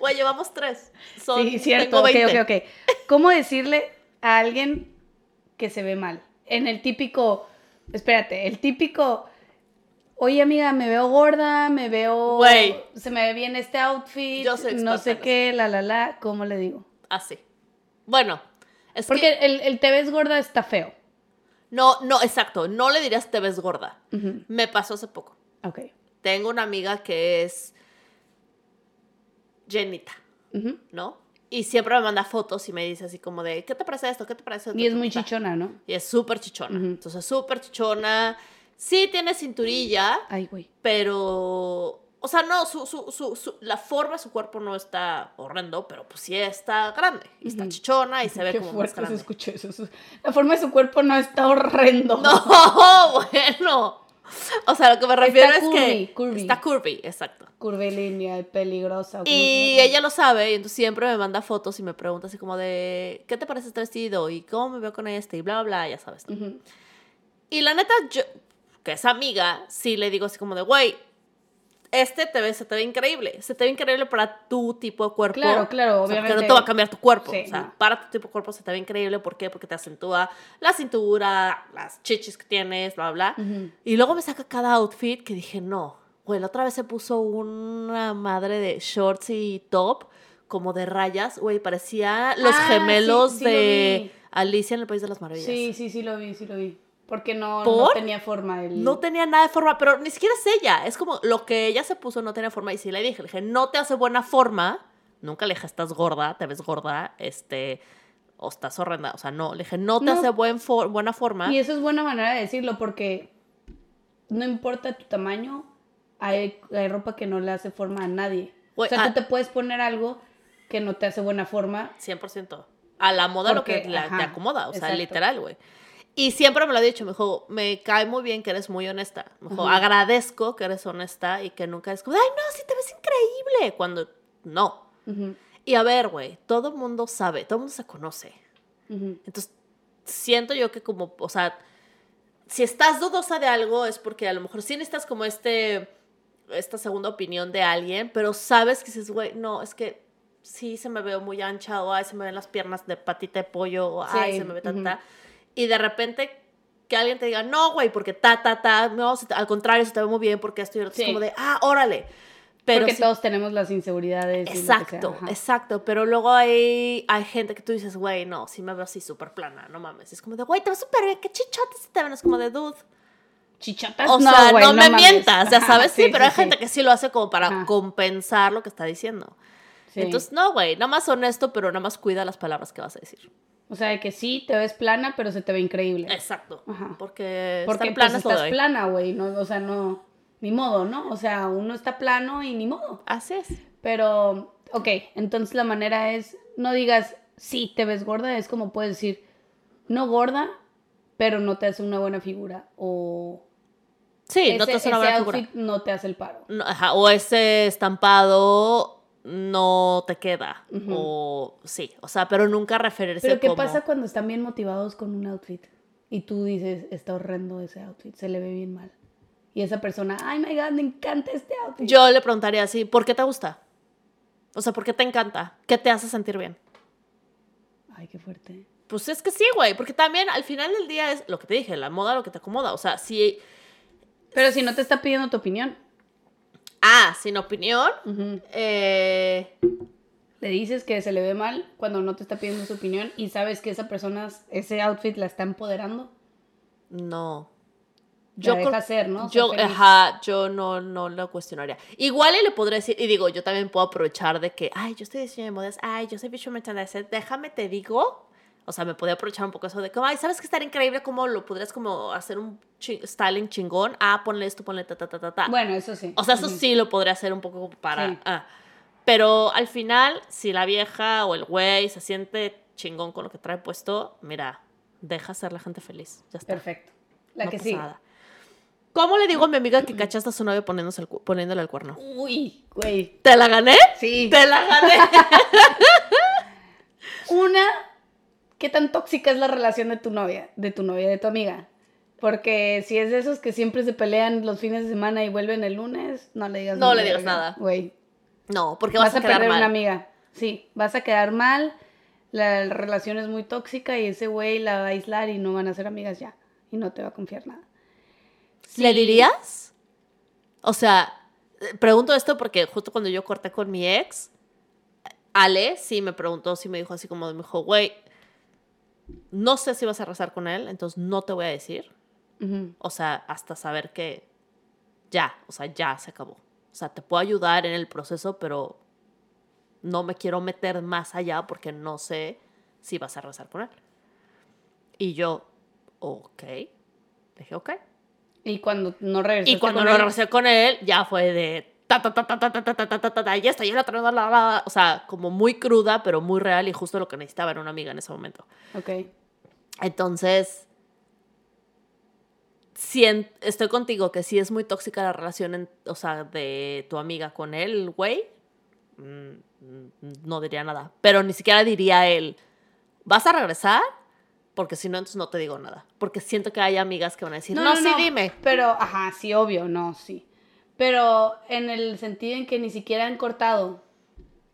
[SPEAKER 2] Güey, llevamos tres. Son,
[SPEAKER 3] sí, cierto.
[SPEAKER 2] tengo
[SPEAKER 3] Ok,
[SPEAKER 2] 20.
[SPEAKER 3] ok, ok. ¿Cómo decirle a alguien que se ve mal? En el típico, espérate, el típico, oye amiga, me veo gorda, me veo,
[SPEAKER 2] Güey.
[SPEAKER 3] se me ve bien este outfit,
[SPEAKER 2] Yo soy experta
[SPEAKER 3] no
[SPEAKER 2] en
[SPEAKER 3] sé
[SPEAKER 2] eso.
[SPEAKER 3] qué, la, la, la, ¿cómo le digo?
[SPEAKER 2] Así. Bueno, es
[SPEAKER 3] Porque
[SPEAKER 2] que...
[SPEAKER 3] el, el te ves gorda está feo.
[SPEAKER 2] No, no, exacto, no le dirías te ves gorda.
[SPEAKER 3] Ujú,
[SPEAKER 2] Me pasó hace poco.
[SPEAKER 3] Ok.
[SPEAKER 2] Tengo una amiga que es... Jenita.
[SPEAKER 3] ujú.
[SPEAKER 2] ¿no? Y siempre me manda fotos y me dice así como de, ¿qué te parece esto? ¿Qué te parece esto?
[SPEAKER 3] Y es muy
[SPEAKER 2] Ta, ta, ta.
[SPEAKER 3] chichona, ¿no?
[SPEAKER 2] Y es súper chichona.
[SPEAKER 3] Ujú.
[SPEAKER 2] Entonces, súper chichona. Sí tiene cinturilla,
[SPEAKER 3] Ay, güey.
[SPEAKER 2] pero... O sea, no, su, su, su, su- la forma de su cuerpo no está horrendo, pero pues sí está grande. Y está
[SPEAKER 3] Ujú.
[SPEAKER 2] chichona y se ve
[SPEAKER 3] Qué
[SPEAKER 2] como más
[SPEAKER 3] fuerte se
[SPEAKER 2] grande.
[SPEAKER 3] escuchó eso. Su- La forma de su cuerpo no está horrendo.
[SPEAKER 2] No, bueno. O sea, lo que me refiero es
[SPEAKER 3] curvy,
[SPEAKER 2] que
[SPEAKER 3] curvy.
[SPEAKER 2] está curvy, exacto.
[SPEAKER 3] Curvilínea, peligrosa. o como
[SPEAKER 2] Y
[SPEAKER 3] se llama.
[SPEAKER 2] ella lo sabe, y entonces siempre me manda fotos y me pregunta así como de, ¿qué te parece este vestido? ¿Y cómo me veo con este? Y bla, bla, bla, ya sabes. ¿no?
[SPEAKER 3] Ujú.
[SPEAKER 2] Y la neta, yo, que es amiga, sí le digo así como de, güey, este te ve, se te ve increíble. Se te ve increíble para tu tipo de cuerpo.
[SPEAKER 3] Claro, claro,
[SPEAKER 2] O sea, porque
[SPEAKER 3] obviamente.
[SPEAKER 2] no te va a cambiar tu cuerpo.
[SPEAKER 3] Sí,
[SPEAKER 2] o sea,
[SPEAKER 3] no.
[SPEAKER 2] para tu tipo de cuerpo se te ve increíble. ¿Por qué? Porque te acentúa la cintura, las chichis que tienes, bla, bla.
[SPEAKER 3] Ujú.
[SPEAKER 2] Y luego me saca cada outfit que dije, no. Güey, la otra vez se puso una madre de shorts y top, como de rayas. Güey, parecía los
[SPEAKER 3] Ah, sí,
[SPEAKER 2] gemelos
[SPEAKER 3] sí lo
[SPEAKER 2] de
[SPEAKER 3] vi.
[SPEAKER 2] Alicia en el País de las Maravillas.
[SPEAKER 3] Sí, sí, sí lo vi, sí lo vi. Porque no, no
[SPEAKER 2] ¿Por?
[SPEAKER 3] tenía forma el...
[SPEAKER 2] No tenía nada de forma, pero ni siquiera es ella. Es como lo que ella se puso no tenía forma. Y si le dije, le dije, no te hace buena forma. Nunca le dije, estás gorda, te ves gorda, este, o estás horrenda. O sea, no, le dije, no te
[SPEAKER 3] No.
[SPEAKER 2] hace buen for- buena forma.
[SPEAKER 3] Y eso es buena manera de decirlo porque no importa tu tamaño, hay, hay ropa que no le hace forma a nadie.
[SPEAKER 2] Güey,
[SPEAKER 3] o sea,
[SPEAKER 2] ah.
[SPEAKER 3] tú te puedes poner algo que no te hace buena forma.
[SPEAKER 2] 100%. A la moda lo que
[SPEAKER 3] Porque,
[SPEAKER 2] la-
[SPEAKER 3] ajá,
[SPEAKER 2] te acomoda, o sea,
[SPEAKER 3] exacto.
[SPEAKER 2] literal, güey. Y siempre me lo ha dicho, me dijo, me cae muy bien que eres muy honesta. Me dijo,
[SPEAKER 3] Ajá.
[SPEAKER 2] agradezco que eres honesta y que nunca es como, ay, no, sí te ves increíble. Cuando, no.
[SPEAKER 3] Ujú,
[SPEAKER 2] Y a ver, güey, todo el mundo sabe, todo el mundo se conoce.
[SPEAKER 3] ujú.
[SPEAKER 2] Entonces, siento yo que como, o sea, si estás dudosa de algo es porque a lo mejor sí necesitas como este, esta segunda opinión de alguien, pero sabes que dices, güey, no, es que sí se me veo muy ancha, o ay, se me ven las piernas de patita de pollo, o ay,
[SPEAKER 3] Sí,
[SPEAKER 2] se me ve tanta. Y de repente que alguien te diga, no, güey, porque ta, ta, ta, no, se te- al contrario, se te ve muy bien porque esto y lo otro. Es
[SPEAKER 3] Sí.
[SPEAKER 2] como de, ah, órale. Pero
[SPEAKER 3] porque
[SPEAKER 2] sí-
[SPEAKER 3] todos tenemos las inseguridades. y lo que sea,
[SPEAKER 2] Exacto,
[SPEAKER 3] ajá.
[SPEAKER 2] exacto. Pero luego hay, hay gente que tú dices, güey, no, sí me veo así súper plana, no mames. Es como de, güey, te ves súper bien, qué chichotes se te ven. Es como de, dude.
[SPEAKER 3] Chichotas.
[SPEAKER 2] O sea,
[SPEAKER 3] Ah, güey,
[SPEAKER 2] no, me
[SPEAKER 3] mames.
[SPEAKER 2] mientas, ya
[SPEAKER 3] Ajá,
[SPEAKER 2] sabes, sí, pero hay gente
[SPEAKER 3] sí.
[SPEAKER 2] que sí lo hace como para
[SPEAKER 3] Ajá.
[SPEAKER 2] compensar lo que está diciendo.
[SPEAKER 3] Sí.
[SPEAKER 2] Entonces, no, güey, nada más honesto, pero nada más cuida las palabras que vas a decir.
[SPEAKER 3] O sea, de que sí, te ves plana, pero se te ve increíble.
[SPEAKER 2] Exacto.
[SPEAKER 3] Ajá.
[SPEAKER 2] Porque,
[SPEAKER 3] Porque
[SPEAKER 2] estar plana ¿eh?
[SPEAKER 3] pues,
[SPEAKER 2] es lo de
[SPEAKER 3] estás
[SPEAKER 2] hoy.
[SPEAKER 3] plana, güey, no, o sea, no, ni modo, ¿no? O sea, uno está plano y ni modo.
[SPEAKER 2] Así es.
[SPEAKER 3] Pero, ok, entonces la manera es, no digas, sí, te ves gorda, es como puedes decir, no gorda, pero no te hace una buena figura, o
[SPEAKER 2] Sí, no
[SPEAKER 3] ese-
[SPEAKER 2] te hace una
[SPEAKER 3] ese
[SPEAKER 2] buena figura.
[SPEAKER 3] outfit no te hace el paro.
[SPEAKER 2] No, ajá, o ese estampado no te queda.
[SPEAKER 3] Ujú.
[SPEAKER 2] O sí, o sea, pero nunca referirse
[SPEAKER 3] Pero ¿qué
[SPEAKER 2] como-
[SPEAKER 3] pasa cuando están bien motivados con un outfit? Y tú dices, está horrendo ese outfit, se le ve bien mal. Y esa persona, ay my god, me encanta este outfit.
[SPEAKER 2] Yo le preguntaría así, ¿por qué te gusta? O sea, ¿por qué te encanta? ¿Qué te hace sentir bien?
[SPEAKER 3] Ay, qué fuerte.
[SPEAKER 2] Pues es que sí, güey, porque también al final del día es lo que te dije, la moda lo que te acomoda. O sea, si,
[SPEAKER 3] Pero si no te está pidiendo tu opinión.
[SPEAKER 2] ah, sin opinión,
[SPEAKER 3] Ujú.
[SPEAKER 2] eh,
[SPEAKER 3] Le dices que se le ve mal cuando no te está pidiendo su opinión y sabes que esa persona, ese outfit la está empoderando.
[SPEAKER 2] no.
[SPEAKER 3] Yo
[SPEAKER 2] creo-
[SPEAKER 3] deja ser, ¿no? Ser
[SPEAKER 2] Yo,
[SPEAKER 3] feliz.
[SPEAKER 2] ajá, yo no, no lo cuestionaría. Igual y le podría decir, y digo, yo también puedo aprovechar de que, ay, yo estoy diseñando de modas, ay, yo soy visual merchandiser, déjame te digo. O sea, me podría aprovechar un poco eso de como, ay, ¿sabes que estaría increíble cómo lo podrías como hacer un chi- styling chingón? Ah, ponle esto, ponle ta, ta, ta, ta, ta.
[SPEAKER 3] Bueno, eso sí.
[SPEAKER 2] o sea, eso
[SPEAKER 3] Ujú.
[SPEAKER 2] sí lo podría hacer un poco como para...
[SPEAKER 3] Sí.
[SPEAKER 2] ah. Pero al final, si la vieja o el güey se siente chingón con lo que trae puesto, mira, deja ser la gente feliz. Ya está.
[SPEAKER 3] Perfecto. La
[SPEAKER 2] No
[SPEAKER 3] que
[SPEAKER 2] pasa
[SPEAKER 3] sí. Mm.
[SPEAKER 2] nada. ¿Cómo le digo a mi amiga que cachaste a su novio poniéndose el cu- poniéndole el cuerno?
[SPEAKER 3] Uy, güey.
[SPEAKER 2] ¿Te la gané?
[SPEAKER 3] Sí.
[SPEAKER 2] ¡Te la gané!
[SPEAKER 3] Una, ¿qué tan tóxica es la relación de tu novia, de tu novia, de tu amiga? Porque si es de esos que siempre se pelean los fines de semana y vuelven el lunes, no le digas
[SPEAKER 2] No le
[SPEAKER 3] nada,
[SPEAKER 2] digas
[SPEAKER 3] verga.
[SPEAKER 2] nada.
[SPEAKER 3] Güey,
[SPEAKER 2] No, porque vas,
[SPEAKER 3] vas,
[SPEAKER 2] a,
[SPEAKER 3] a,
[SPEAKER 2] quedar
[SPEAKER 3] perder
[SPEAKER 2] mal.
[SPEAKER 3] una amiga. Sí, vas a quedar mal, la relación es muy tóxica y ese güey la va a aislar y no van a ser amigas ya. Y no te va a confiar nada.
[SPEAKER 2] ¿Le dirías? O sea, eh, pregunto esto porque justo cuando yo corté con mi ex, Ale sí me preguntó, sí me dijo así como, me dijo, güey, no sé si vas a rezar con él, entonces no te voy a decir.
[SPEAKER 3] Ujú.
[SPEAKER 2] O sea, hasta saber que ya, o sea, ya se acabó. O sea, te puedo ayudar en el proceso, pero no me quiero meter más allá porque no sé si vas a rezar con él. Y yo, ok. Le dije, ok.
[SPEAKER 3] Y cuando no regresas.
[SPEAKER 2] Y cuando lo regresé con él, ya fue de ta ta ta ta ta ta ta ta ta ta ta ta y esta y la otra la, la, la. o sea, como muy cruda, pero muy real y justo lo que necesitaba era una amiga en ese momento.
[SPEAKER 3] Ok.
[SPEAKER 2] Entonces, sien- estoy contigo que sí es muy tóxica la relación, en- o sea, de tu amiga con él, güey. Mm, mm, No diría nada. Pero ni siquiera diría él, ¿vas a regresar? Porque si no, entonces no te digo nada. Porque siento que hay amigas que van a decir, no, sí, dime.
[SPEAKER 3] Pero, ajá, sí, obvio, no, sí. Pero en el sentido en que ni siquiera han cortado.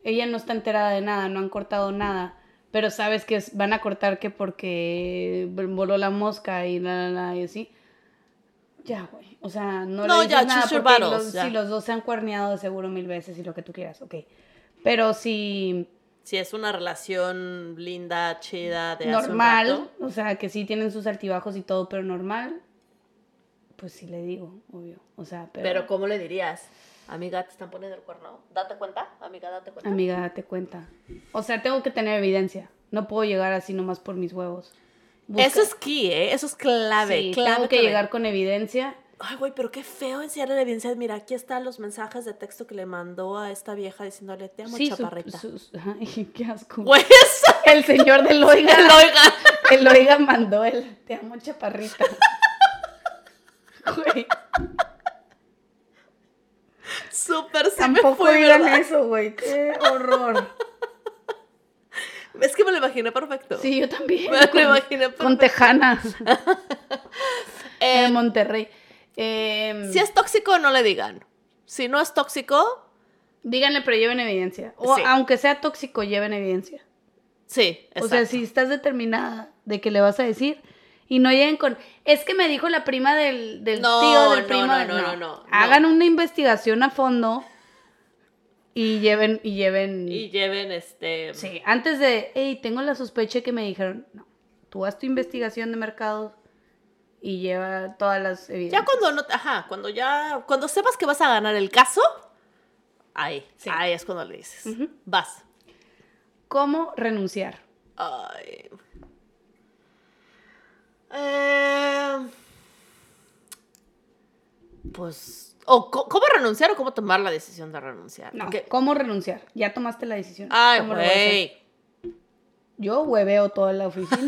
[SPEAKER 3] Ella no está enterada de nada, no han cortado nada. Pero sabes que es- van a cortar que porque voló la mosca y la, la, la, y así. Ya, güey. O sea, no,
[SPEAKER 2] No,
[SPEAKER 3] le dices
[SPEAKER 2] ya,
[SPEAKER 3] nada
[SPEAKER 2] choose your
[SPEAKER 3] porque
[SPEAKER 2] battles,
[SPEAKER 3] los-
[SPEAKER 2] ya.
[SPEAKER 3] si los dos se han cuerneado seguro mil veces y lo que tú quieras, ok. Pero si
[SPEAKER 2] Si es una relación linda, chida, de hace un
[SPEAKER 3] normal,
[SPEAKER 2] rato.
[SPEAKER 3] o sea, que sí tienen sus altibajos y todo, pero normal, pues sí le digo, obvio. O sea, pero,
[SPEAKER 2] Pero ¿cómo le dirías? Amiga, te están poniendo el cuerno. Date cuenta, amiga, date cuenta.
[SPEAKER 3] amiga, date cuenta. O sea, tengo que tener evidencia. No puedo llegar así nomás por mis huevos. Busca-
[SPEAKER 2] Eso es key, ¿eh? Eso es clave,
[SPEAKER 3] Sí,
[SPEAKER 2] clave.
[SPEAKER 3] tengo que
[SPEAKER 2] clave.
[SPEAKER 3] llegar con evidencia.
[SPEAKER 2] Ay, güey, pero qué feo enseñar la evidencia. Mira, aquí están los mensajes de texto que le mandó a esta vieja diciéndole, te amo,
[SPEAKER 3] Sí, su-
[SPEAKER 2] chaparrita.
[SPEAKER 3] su- su- ay, qué asco.
[SPEAKER 2] Güey, eso
[SPEAKER 3] El señor del Oiga,
[SPEAKER 2] el oiga.
[SPEAKER 3] el Oiga mandó el te amo chaparrita. Güey,
[SPEAKER 2] Súper se me
[SPEAKER 3] tampoco
[SPEAKER 2] fue,
[SPEAKER 3] digan
[SPEAKER 2] ¿verdad?
[SPEAKER 3] eso, güey. Qué horror.
[SPEAKER 2] Es que me lo imaginé perfecto.
[SPEAKER 3] Sí, yo también.
[SPEAKER 2] Me lo
[SPEAKER 3] con,
[SPEAKER 2] imaginé
[SPEAKER 3] con Tejana,
[SPEAKER 2] Eh,
[SPEAKER 3] de Monterrey. Eh,
[SPEAKER 2] si es tóxico, no le digan. Si no es tóxico,
[SPEAKER 3] Díganle, pero lleven evidencia. O
[SPEAKER 2] Sí.
[SPEAKER 3] aunque sea tóxico, lleven evidencia.
[SPEAKER 2] sí.
[SPEAKER 3] O sea,
[SPEAKER 2] exacto.
[SPEAKER 3] si estás determinada de que le vas a decir y no lleguen con, es que me dijo la prima del, del
[SPEAKER 2] No,
[SPEAKER 3] tío, del
[SPEAKER 2] no,
[SPEAKER 3] primo.
[SPEAKER 2] no,
[SPEAKER 3] del-".
[SPEAKER 2] no, no, no, no.
[SPEAKER 3] Hagan una investigación a fondo y lleven, y lleven.
[SPEAKER 2] Y lleven este.
[SPEAKER 3] Sí, antes de, hey, tengo la sospecha que me dijeron, no, tú haz tu investigación de mercados y lleva todas las evidencias.
[SPEAKER 2] Ya cuando no. Ajá, cuando ya. Cuando sepas que vas a ganar el caso, ahí.
[SPEAKER 3] Sí.
[SPEAKER 2] Ahí es cuando le dices.
[SPEAKER 3] Ujú.
[SPEAKER 2] Vas.
[SPEAKER 3] ¿Cómo renunciar?
[SPEAKER 2] Ay. Eh, pues. O, co- ¿Cómo renunciar o cómo tomar la decisión de renunciar?
[SPEAKER 3] No,
[SPEAKER 2] Porque-
[SPEAKER 3] ¿cómo renunciar? Ya tomaste la decisión.
[SPEAKER 2] Ay,
[SPEAKER 3] ¿Cómo lo vas a hacer?
[SPEAKER 2] güey.
[SPEAKER 3] Yo hueveo toda la oficina.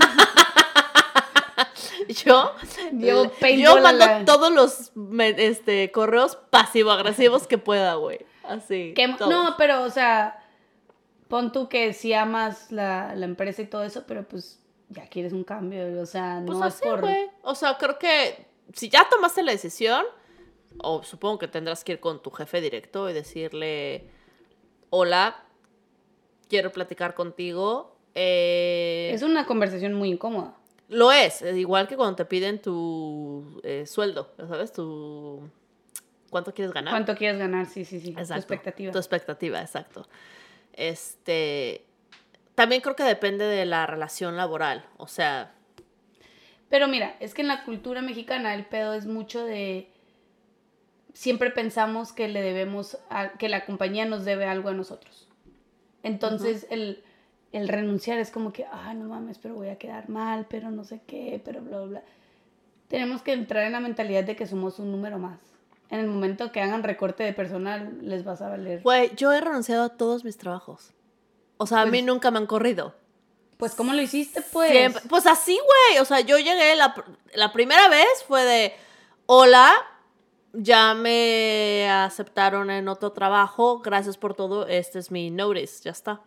[SPEAKER 2] Yo,
[SPEAKER 3] Yo
[SPEAKER 2] yo,
[SPEAKER 3] paintball a
[SPEAKER 2] mando
[SPEAKER 3] la-
[SPEAKER 2] todos los me- este, correos pasivo-agresivos que pueda, güey. Así.
[SPEAKER 3] Que-
[SPEAKER 2] todos.
[SPEAKER 3] no, pero, o sea, pon tú que si amas la, la empresa y todo eso, pero pues ya quieres un cambio, o sea,
[SPEAKER 2] Pues
[SPEAKER 3] no
[SPEAKER 2] así,
[SPEAKER 3] es por...
[SPEAKER 2] güey. O sea, creo que si ya tomaste la decisión, o supongo que tendrás que ir con tu jefe directo y decirle, hola, quiero platicar contigo. eh,
[SPEAKER 3] Es una conversación muy incómoda.
[SPEAKER 2] Lo es, eh, igual que cuando te piden tu eh, sueldo, ya ¿sabes? Tu... ¿Cuánto quieres ganar?
[SPEAKER 3] ¿Cuánto quieres ganar? Sí, sí, sí. Tu
[SPEAKER 2] Exacto.
[SPEAKER 3] expectativa.
[SPEAKER 2] Tu expectativa, exacto. Este, también creo que depende de la relación laboral, o sea,
[SPEAKER 3] Pero mira, es que en la cultura mexicana el pedo es mucho de... Siempre pensamos que le debemos, a- que la compañía nos debe algo a nosotros. Entonces el, el renunciar es como que, ah, no mames, pero voy a quedar mal, pero no sé qué, pero bla, bla, bla. Tenemos que entrar en la mentalidad de que somos un número más. En el momento que hagan recorte de personal, les vas a valer.
[SPEAKER 2] güey, yo he renunciado a todos mis trabajos. O sea, a mí
[SPEAKER 3] Pues-
[SPEAKER 2] nunca me han corrido.
[SPEAKER 3] Pues, ¿cómo lo hiciste, pues?
[SPEAKER 2] Siempre- pues así, güey. O sea, yo llegué, la, pr- la primera vez fue de, hola, ya me aceptaron en otro trabajo, gracias por todo, este es mi notice, ya está.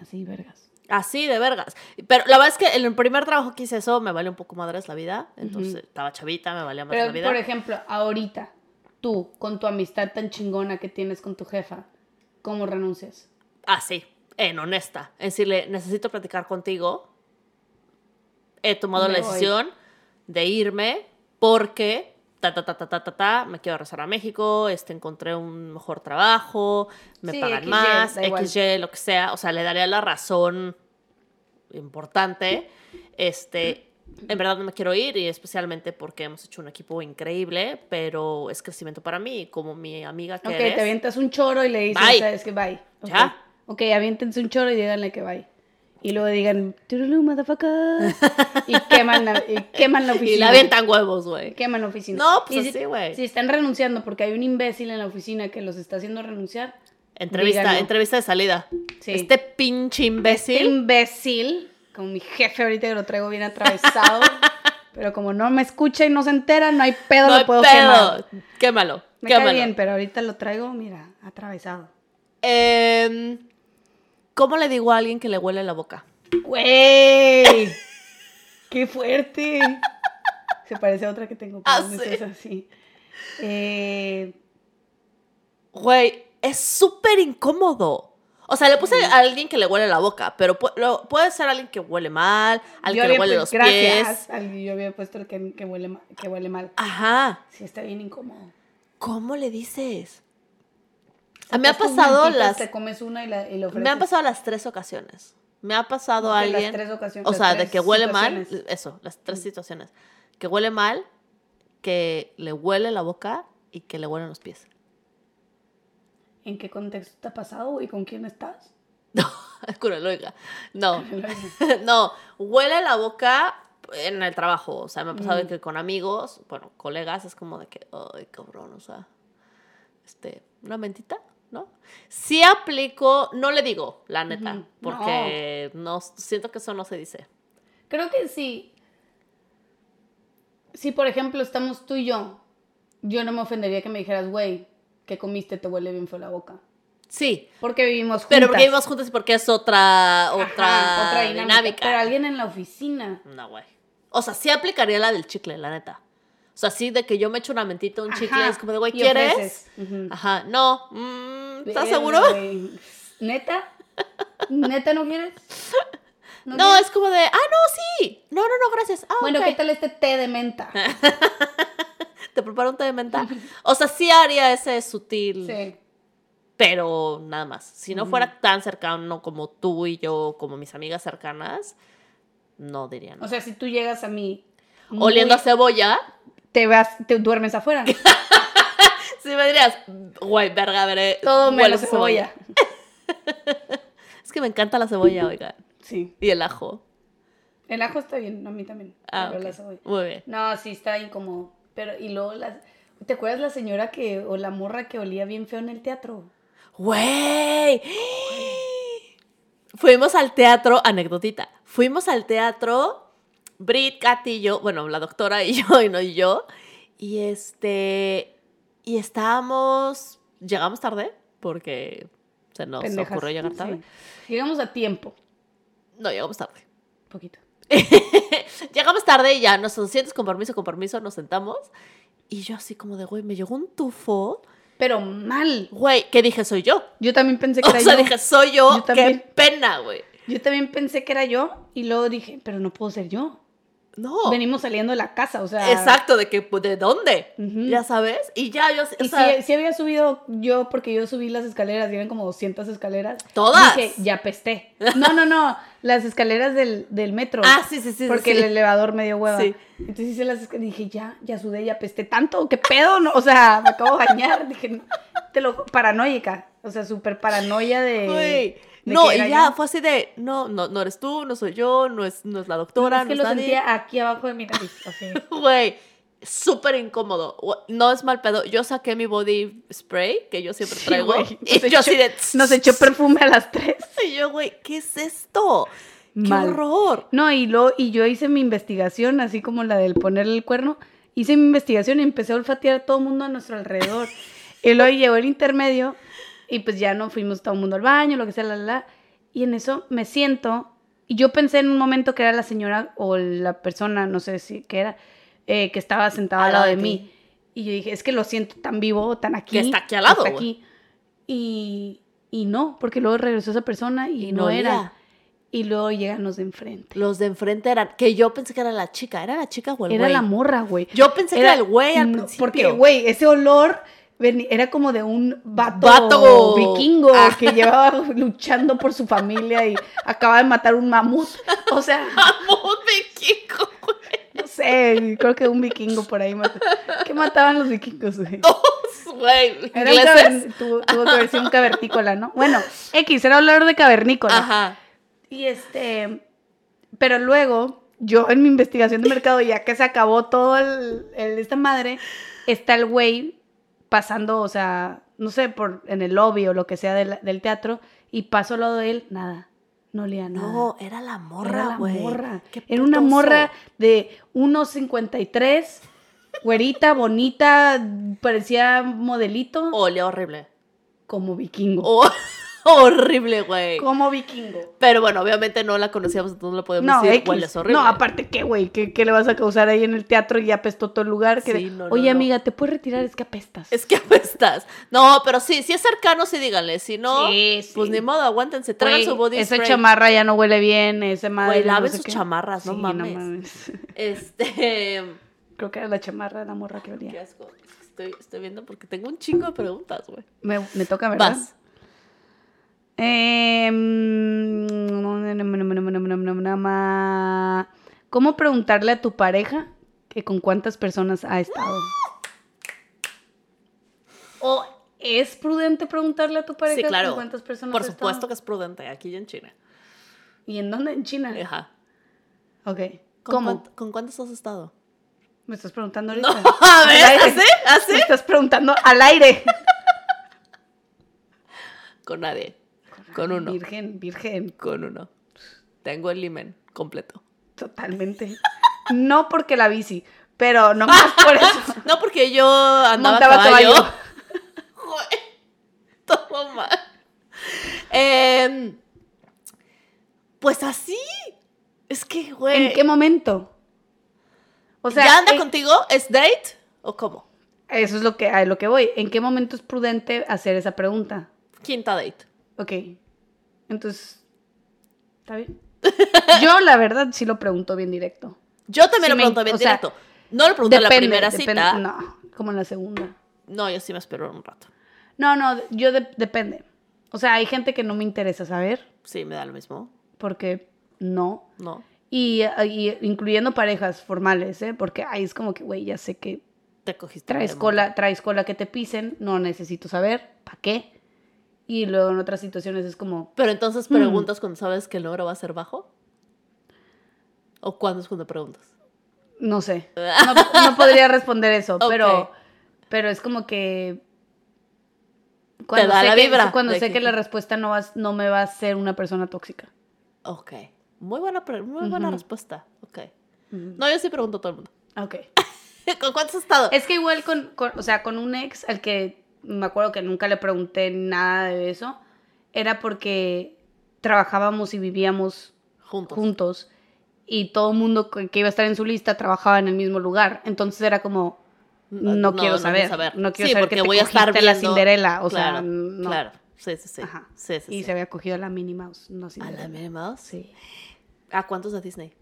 [SPEAKER 3] Así, vergas.
[SPEAKER 2] Así de vergas. Pero la verdad es que en el primer trabajo que hice eso me valió un poco madres la vida. Entonces
[SPEAKER 3] Ujú.
[SPEAKER 2] estaba chavita, me valía más
[SPEAKER 3] Pero,
[SPEAKER 2] la vida.
[SPEAKER 3] por ejemplo, ahorita, tú, con tu amistad tan chingona que tienes con tu jefa, ¿cómo renuncias?
[SPEAKER 2] Así, en honesta. En decirle, necesito platicar contigo. He tomado
[SPEAKER 3] Me
[SPEAKER 2] la
[SPEAKER 3] voy.
[SPEAKER 2] decisión de irme porque ta ta ta ta ta ta ta, me quiero regresar a México, este encontré un mejor trabajo, me
[SPEAKER 3] Sí,
[SPEAKER 2] pagan
[SPEAKER 3] XY,
[SPEAKER 2] más,
[SPEAKER 3] da igual.
[SPEAKER 2] XY, lo que sea, o sea, le daría la razón importante. Este, en verdad no me quiero ir y especialmente porque hemos hecho un equipo increíble, pero es crecimiento para mí, como mi amiga que
[SPEAKER 3] Ok,
[SPEAKER 2] eres.
[SPEAKER 3] te avientas un choro y le dices,
[SPEAKER 2] Bye.
[SPEAKER 3] ¿sabes qué? Bye. Ok.
[SPEAKER 2] Ya.
[SPEAKER 3] Ok, aviéntense un choro y díganle que bye. Y luego digan, turulú, motherfucker. y, queman la, y queman la oficina.
[SPEAKER 2] y le avientan huevos, güey.
[SPEAKER 3] Queman la oficina.
[SPEAKER 2] No, pues
[SPEAKER 3] Y si-
[SPEAKER 2] así, güey.
[SPEAKER 3] Si están renunciando porque hay un imbécil en la oficina que los está haciendo renunciar,
[SPEAKER 2] Entrevista,
[SPEAKER 3] Díganlo.
[SPEAKER 2] entrevista de salida.
[SPEAKER 3] Sí.
[SPEAKER 2] Este pinche
[SPEAKER 3] este
[SPEAKER 2] imbécil.
[SPEAKER 3] imbécil, como mi jefe ahorita que lo traigo bien atravesado, pero como no me escucha y no se entera, no hay pedo,
[SPEAKER 2] No
[SPEAKER 3] lo
[SPEAKER 2] hay
[SPEAKER 3] puedo quemar.
[SPEAKER 2] pedo. Quémalo.
[SPEAKER 3] Me
[SPEAKER 2] quémalo.
[SPEAKER 3] cae bien, pero ahorita lo traigo, mira, atravesado.
[SPEAKER 2] Em, ¿Cómo le digo a alguien que le huele la boca?
[SPEAKER 3] ¡Güey! ¡Qué fuerte! Se parece a otra que tengo, pero
[SPEAKER 2] Ah,
[SPEAKER 3] no
[SPEAKER 2] ¿sí?
[SPEAKER 3] es esa, sí. Eh,
[SPEAKER 2] Güey, es súper incómodo. O sea, le puse a alguien que le huele la boca, pero pu- lo- puede ser alguien que huele mal, al
[SPEAKER 3] Yo
[SPEAKER 2] que le
[SPEAKER 3] había
[SPEAKER 2] huele
[SPEAKER 3] pu-
[SPEAKER 2] los pies. Ah.
[SPEAKER 3] gracias, al- yo había puesto el que, que huele mal, que huele mal.
[SPEAKER 2] Ajá.
[SPEAKER 3] Sí, está bien incómodo.
[SPEAKER 2] ¿Cómo le dices? A mí Ah, me ha
[SPEAKER 3] Sacas tus
[SPEAKER 2] pasado
[SPEAKER 3] mantitas,
[SPEAKER 2] las.
[SPEAKER 3] pues, Te comes una y la, y la ofreces.
[SPEAKER 2] Me han pasado las tres ocasiones. Me ha pasado a
[SPEAKER 3] De las
[SPEAKER 2] alguien.
[SPEAKER 3] tres ocasiones,
[SPEAKER 2] o
[SPEAKER 3] las
[SPEAKER 2] sea, de
[SPEAKER 3] tres
[SPEAKER 2] que huele mal.
[SPEAKER 3] situaciones. Mm.
[SPEAKER 2] Eso, las tres situaciones. Que huele mal, que le huele la boca y que le huelen los pies.
[SPEAKER 3] ¿En qué contexto te ha pasado y con quién estás?
[SPEAKER 2] No, cruel, oiga. No, no, huele la boca en el trabajo. O sea, me ha pasado de
[SPEAKER 3] Mm.
[SPEAKER 2] que con amigos, bueno, colegas, es como de que, ay, cabrón, o sea, este, una mentita, ¿no? Si aplico, no le digo, la neta,
[SPEAKER 3] Ujú.
[SPEAKER 2] porque no, siento que eso no se dice.
[SPEAKER 3] Creo que sí. Si, por ejemplo, estamos tú y yo, yo no me ofendería que me dijeras, güey, que comiste te huele bien feo la boca.
[SPEAKER 2] Sí,
[SPEAKER 3] Porque vivimos juntas.
[SPEAKER 2] pero porque vivimos juntos y porque es otra, otra,
[SPEAKER 3] Ajá, otra
[SPEAKER 2] dinámica.
[SPEAKER 3] Pero alguien en la oficina.
[SPEAKER 2] No, güey. O sea, sí aplicaría la del chicle, la neta. O sea, sí de que yo me echo una mentita, un chicle,
[SPEAKER 3] Ajá,
[SPEAKER 2] es como de, güey,
[SPEAKER 3] y
[SPEAKER 2] ¿quieres?
[SPEAKER 3] ofreces. Ujú.
[SPEAKER 2] Ajá, no. mm, ¿Estás
[SPEAKER 3] Verga,
[SPEAKER 2] seguro?
[SPEAKER 3] güey. ¿Neta? ¿Neta no quieres?
[SPEAKER 2] No,
[SPEAKER 3] quieres?
[SPEAKER 2] es como de, ah, no, sí. No, no, no, gracias. Ah,
[SPEAKER 3] Bueno,
[SPEAKER 2] ok.
[SPEAKER 3] ¿qué tal este té de menta?
[SPEAKER 2] Te preparo un té de menta. O sea, sí haría ese sutil,
[SPEAKER 3] Sí. Mm.
[SPEAKER 2] pero nada más. Si no
[SPEAKER 3] Ujú.
[SPEAKER 2] fuera tan cercano como tú y yo, como mis amigas cercanas, no dirían.
[SPEAKER 3] O sea, si tú llegas a mí... muy-
[SPEAKER 2] Oliendo a cebolla,
[SPEAKER 3] Te vas, te duermes afuera.
[SPEAKER 2] sí me dirías, güey, verga, veré.
[SPEAKER 3] Todo
[SPEAKER 2] huele
[SPEAKER 3] menos cebolla.
[SPEAKER 2] Es que me encanta la cebolla, oigan.
[SPEAKER 3] Sí.
[SPEAKER 2] Y el ajo.
[SPEAKER 3] El ajo está bien, a mí también.
[SPEAKER 2] Ah,
[SPEAKER 3] pero
[SPEAKER 2] ok.
[SPEAKER 3] la cebolla.
[SPEAKER 2] Muy bien.
[SPEAKER 3] No, sí está incómodo. Pero, y luego las. ¿Te acuerdas la señora que, o la morra que olía bien feo en el teatro?
[SPEAKER 2] ¡Güey! Fuimos al teatro, anecdotita. Fuimos al teatro, Brit, Katy y yo, bueno, la doctora y yo, y no y yo. Y este. Y estábamos. Llegamos tarde, porque se nos
[SPEAKER 3] Pendejas.
[SPEAKER 2] ocurrió llegar tarde.
[SPEAKER 3] Sí. Llegamos a tiempo.
[SPEAKER 2] No, llegamos tarde.
[SPEAKER 3] Poquito.
[SPEAKER 2] llegamos tarde y ya nos sientes con permiso, con permiso, nos sentamos. Y yo, así como de, güey, me llegó un tufo.
[SPEAKER 3] Pero mal.
[SPEAKER 2] Güey, ¿qué dije? Soy yo.
[SPEAKER 3] Yo también pensé que
[SPEAKER 2] O
[SPEAKER 3] era
[SPEAKER 2] sea,
[SPEAKER 3] yo.
[SPEAKER 2] dije, soy yo.
[SPEAKER 3] Yo
[SPEAKER 2] qué
[SPEAKER 3] también.
[SPEAKER 2] pena, güey.
[SPEAKER 3] Yo también pensé que era yo. Y luego dije, pero no puedo ser yo.
[SPEAKER 2] No.
[SPEAKER 3] Venimos saliendo de la casa, o sea.
[SPEAKER 2] Exacto, de que pues, de dónde,
[SPEAKER 3] Ujú.
[SPEAKER 2] ya sabes, y ya yo, o
[SPEAKER 3] Y
[SPEAKER 2] sea,
[SPEAKER 3] si, había subido yo, porque yo subí las escaleras, y eran como 200 escaleras.
[SPEAKER 2] Todas.
[SPEAKER 3] Dije, ya pesté. No, no, no, las escaleras del, del metro.
[SPEAKER 2] ah, sí, sí, sí, sí,
[SPEAKER 3] porque
[SPEAKER 2] sí.
[SPEAKER 3] el elevador me dio hueva.
[SPEAKER 2] Sí.
[SPEAKER 3] Entonces hice las esca- dije, ya, ya sudé, ya pesté tanto, ¿qué pedo? No, o sea, me acabo de bañar. Dije, no, te lo ju- paranoica. O sea, súper paranoia de.
[SPEAKER 2] Güey,
[SPEAKER 3] de
[SPEAKER 2] no,
[SPEAKER 3] que
[SPEAKER 2] y
[SPEAKER 3] era
[SPEAKER 2] ya
[SPEAKER 3] yo.
[SPEAKER 2] fue así de, no, no, no eres tú, no soy yo, no es, no es la
[SPEAKER 3] No,
[SPEAKER 2] doctora, no
[SPEAKER 3] es que
[SPEAKER 2] es
[SPEAKER 3] lo
[SPEAKER 2] nadie.
[SPEAKER 3] sentía aquí abajo de mi nariz. así.
[SPEAKER 2] Güey, súper incómodo, Gua- no es mal pedo, yo saqué mi body spray, que yo siempre
[SPEAKER 3] Sí,
[SPEAKER 2] traigo,
[SPEAKER 3] güey,
[SPEAKER 2] y
[SPEAKER 3] nos
[SPEAKER 2] yo así
[SPEAKER 3] echó-
[SPEAKER 2] de,
[SPEAKER 3] Nos echó perfume a las tres.
[SPEAKER 2] y yo, güey, ¿qué es esto? ¡Qué
[SPEAKER 3] Mal.
[SPEAKER 2] horror!
[SPEAKER 3] No, y, lo, y yo hice mi investigación, así como la del ponerle el cuerno, hice mi investigación y empecé a olfatear a todo el mundo a nuestro alrededor. y luego llegó el intermedio y pues ya no fuimos todo el mundo al baño, lo que sea, la, la, la. Y en eso me siento y yo pensé en un momento que era la señora o la persona, no sé si que era, eh, que estaba sentada al lado de mí. Y yo dije, es que lo siento tan vivo, tan
[SPEAKER 2] Que
[SPEAKER 3] aquí.
[SPEAKER 2] está aquí al lado,
[SPEAKER 3] está
[SPEAKER 2] güey.
[SPEAKER 3] aquí. Y, y no, porque luego regresó esa persona y, no, era.
[SPEAKER 2] olía.
[SPEAKER 3] Y luego llegan los de enfrente.
[SPEAKER 2] Los de enfrente eran, que yo pensé que era la chica, ¿era la chica o el
[SPEAKER 3] Era
[SPEAKER 2] güey?
[SPEAKER 3] la mm, morra, güey.
[SPEAKER 2] Yo pensé que era el güey al
[SPEAKER 3] no,
[SPEAKER 2] principio.
[SPEAKER 3] Porque, güey, ese olor veni- era como de un vato,
[SPEAKER 2] Vato.
[SPEAKER 3] vikingo
[SPEAKER 2] Ah.
[SPEAKER 3] que llevaba luchando por su familia y acaba de matar un mamut. O sea,
[SPEAKER 2] Mamut vikingo, güey.
[SPEAKER 3] no sé, creo que un vikingo por ahí mató. ¿Qué mataban los vikingos, güey?
[SPEAKER 2] Güey,
[SPEAKER 3] Era un
[SPEAKER 2] ingleses.
[SPEAKER 3] caver- tuvo, tuvo que haber sido un cavernícola, ¿no? Bueno, X, era olor de cavernícola.
[SPEAKER 2] Ajá.
[SPEAKER 3] Y este, pero luego, yo en mi investigación de mercado, ya que se acabó todo el, el- esta madre, está el güey pasando, o sea, no sé, por en el lobby o lo que sea del, del teatro, y paso al lado de él, nada, no olía nada.
[SPEAKER 2] No, era la
[SPEAKER 3] Ah. Era
[SPEAKER 2] morra,
[SPEAKER 3] la
[SPEAKER 2] güey.
[SPEAKER 3] morra.
[SPEAKER 2] Qué
[SPEAKER 3] Era una
[SPEAKER 2] puto
[SPEAKER 3] morra
[SPEAKER 2] oso.
[SPEAKER 3] de 1.53, güerita, bonita, parecía modelito,
[SPEAKER 2] Olía horrible.
[SPEAKER 3] como vikingo.
[SPEAKER 2] O- horrible, güey.
[SPEAKER 3] Como vikingo.
[SPEAKER 2] Pero bueno, obviamente no la conocíamos, entonces no la podemos
[SPEAKER 3] No,
[SPEAKER 2] decir,
[SPEAKER 3] X.
[SPEAKER 2] hueles horrible.
[SPEAKER 3] No, aparte, ¿qué, güey? ¿Qué, qué le vas a causar ahí en el teatro y apestó todo el lugar? Que
[SPEAKER 2] Sí,
[SPEAKER 3] de,
[SPEAKER 2] no, no,
[SPEAKER 3] Oye,
[SPEAKER 2] no.
[SPEAKER 3] amiga, ¿te puedes retirar? Es que apestas.
[SPEAKER 2] Es que apestas. No, pero sí, si es cercano, sí díganle. Si no,
[SPEAKER 3] Sí, sí.
[SPEAKER 2] pues ni modo, aguántense.
[SPEAKER 3] Güey,
[SPEAKER 2] Traigan su body
[SPEAKER 3] Esa
[SPEAKER 2] spray.
[SPEAKER 3] chamarra ya no huele bien, esa madre.
[SPEAKER 2] Güey, laven
[SPEAKER 3] sé
[SPEAKER 2] sus
[SPEAKER 3] qué.
[SPEAKER 2] chamarras, no
[SPEAKER 3] Sí,
[SPEAKER 2] mames. Este.
[SPEAKER 3] Creo que era la chamarra de la morra que
[SPEAKER 2] Qué
[SPEAKER 3] olía.
[SPEAKER 2] asco. Estoy, estoy viendo porque tengo un chingo de preguntas, güey.
[SPEAKER 3] Me, me toca, ¿verdad?
[SPEAKER 2] Vas.
[SPEAKER 3] Eh, mm, ¿Cómo preguntarle a tu pareja que con cuántas personas ha estado? ¿O es prudente preguntarle a tu pareja
[SPEAKER 2] Sí, claro.
[SPEAKER 3] con cuántas personas
[SPEAKER 2] Por
[SPEAKER 3] ha
[SPEAKER 2] supuesto
[SPEAKER 3] estado?
[SPEAKER 2] que es prudente, aquí y en China.
[SPEAKER 3] ¿Y en dónde? ¿En China?
[SPEAKER 2] Ajá.
[SPEAKER 3] Ok.
[SPEAKER 2] ¿Con,
[SPEAKER 3] ¿Cómo?
[SPEAKER 2] cuánt- ¿Con cuántos has estado?
[SPEAKER 3] ¿Me estás preguntando
[SPEAKER 2] No,
[SPEAKER 3] ahorita?
[SPEAKER 2] a ver,
[SPEAKER 3] Al aire.
[SPEAKER 2] ¿así? ¿Así?
[SPEAKER 3] Me estás preguntando al aire.
[SPEAKER 2] Con nadie. Con uno.
[SPEAKER 3] Virgen, virgen,
[SPEAKER 2] Con uno. Tengo el limen completo.
[SPEAKER 3] totalmente. No porque la bici, pero no más por eso.
[SPEAKER 2] No, porque yo andaba a
[SPEAKER 3] Montaba
[SPEAKER 2] caballo.
[SPEAKER 3] caballo.
[SPEAKER 2] Joder, todo mal. Em, pues así. Es que, güey.
[SPEAKER 3] ¿En qué momento? Eh, O sea,
[SPEAKER 2] ¿Ya anda
[SPEAKER 3] eh,
[SPEAKER 2] contigo? ¿Es date? ¿O cómo?
[SPEAKER 3] eso es lo que, a lo que voy. ¿En qué momento es prudente hacer esa pregunta?
[SPEAKER 2] Quinta date.
[SPEAKER 3] Ok. Entonces, ¿está bien? Yo, la verdad, sí lo pregunto bien directo.
[SPEAKER 2] Yo también
[SPEAKER 3] Sí
[SPEAKER 2] lo
[SPEAKER 3] me-
[SPEAKER 2] pregunto bien
[SPEAKER 3] o sea,
[SPEAKER 2] directo. No lo pregunto en la primera
[SPEAKER 3] depende,
[SPEAKER 2] cita. No.
[SPEAKER 3] No, como en la segunda.
[SPEAKER 2] yo sí me espero un rato.
[SPEAKER 3] No, no, yo de- depende. O sea, hay gente que no me interesa saber,
[SPEAKER 2] Sí, me da lo mismo.
[SPEAKER 3] porque no.
[SPEAKER 2] No.
[SPEAKER 3] Y, y incluyendo parejas formales, ¿eh? Porque ahí es como que, güey, ya sé que
[SPEAKER 2] Te cogiste.
[SPEAKER 3] traes
[SPEAKER 2] de
[SPEAKER 3] cola, traes cola que te pisen, no necesito saber, ¿para qué? Y luego en otras situaciones es como,
[SPEAKER 2] Pero entonces
[SPEAKER 3] Hmm.
[SPEAKER 2] preguntas cuando sabes que el número va a ser bajo. ¿O cuándo es cuando preguntas?
[SPEAKER 3] no sé, no, no podría responder eso,
[SPEAKER 2] Ok.
[SPEAKER 3] pero, pero es como que...
[SPEAKER 2] da
[SPEAKER 3] sé
[SPEAKER 2] la
[SPEAKER 3] que-
[SPEAKER 2] vibra
[SPEAKER 3] cuando
[SPEAKER 2] de
[SPEAKER 3] sé
[SPEAKER 2] que-
[SPEAKER 3] que, la respuesta no, vas, no me va a ser una persona tóxica.
[SPEAKER 2] Ok. Muy buena, pre- muy buena
[SPEAKER 3] Ujú.
[SPEAKER 2] respuesta. Ok.
[SPEAKER 3] Ujú.
[SPEAKER 2] No, yo sí pregunto a todo el mundo.
[SPEAKER 3] Ok.
[SPEAKER 2] ¿Con cuántos has estado?
[SPEAKER 3] Es que igual con, con- o sea, con un ex al que me acuerdo que nunca le pregunté nada de eso, era porque trabajábamos y vivíamos
[SPEAKER 2] Juntos.
[SPEAKER 3] juntos y todo el mundo que que iba a estar en su lista trabajaba en el mismo lugar. Entonces era como, no, quiero saber, no quiero
[SPEAKER 2] Sí,
[SPEAKER 3] saber
[SPEAKER 2] porque
[SPEAKER 3] que te
[SPEAKER 2] voy a estar
[SPEAKER 3] cogiste la
[SPEAKER 2] viendo-
[SPEAKER 3] Cinderella, o sea,
[SPEAKER 2] claro,
[SPEAKER 3] no.
[SPEAKER 2] Claro. Sí, sí, sí.
[SPEAKER 3] Ajá.
[SPEAKER 2] Sí, sí,
[SPEAKER 3] Y
[SPEAKER 2] sí.
[SPEAKER 3] se había cogido a la Minnie Mouse, no
[SPEAKER 2] ¿A la
[SPEAKER 3] Cinderella.
[SPEAKER 2] Minnie Mouse?
[SPEAKER 3] Sí.
[SPEAKER 2] ¿A cuántos de Disney?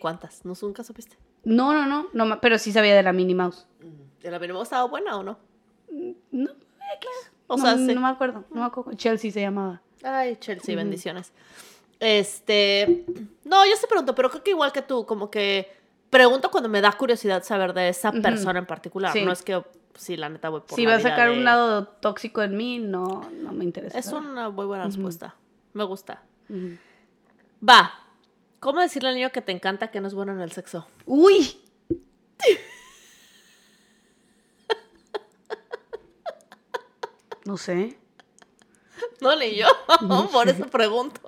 [SPEAKER 2] ¿Cuántas? ¿No nunca supiste?
[SPEAKER 3] No, no, no, no, ma- pero sí sabía de la Minnie Mouse.
[SPEAKER 2] Mm, ¿La Minnie Mouse estaba buena o no?
[SPEAKER 3] No,
[SPEAKER 2] O
[SPEAKER 3] no,
[SPEAKER 2] sea, sí.
[SPEAKER 3] no me acuerdo, no me acuerdo. Chelsea se llamaba.
[SPEAKER 2] Ay, Chelsea,
[SPEAKER 3] Ujú.
[SPEAKER 2] bendiciones. Este, no, yo se pregunto, pero creo que igual que tú, como que pregunto cuando me da curiosidad saber de esa
[SPEAKER 3] Ujú.
[SPEAKER 2] persona en particular.
[SPEAKER 3] Sí.
[SPEAKER 2] No es que, sí, la neta, voy por
[SPEAKER 3] si
[SPEAKER 2] la
[SPEAKER 3] va a
[SPEAKER 2] vida
[SPEAKER 3] sacar
[SPEAKER 2] de-
[SPEAKER 3] un lado tóxico en mí, no, no me interesa.
[SPEAKER 2] Es
[SPEAKER 3] saber.
[SPEAKER 2] una muy buena
[SPEAKER 3] Ujú.
[SPEAKER 2] respuesta. Me gusta.
[SPEAKER 3] Ujú.
[SPEAKER 2] Va. ¿Cómo decirle al niño que te encanta que no es bueno en el sexo?
[SPEAKER 3] Uy. No sé.
[SPEAKER 2] No leí yo, por eso pregunto.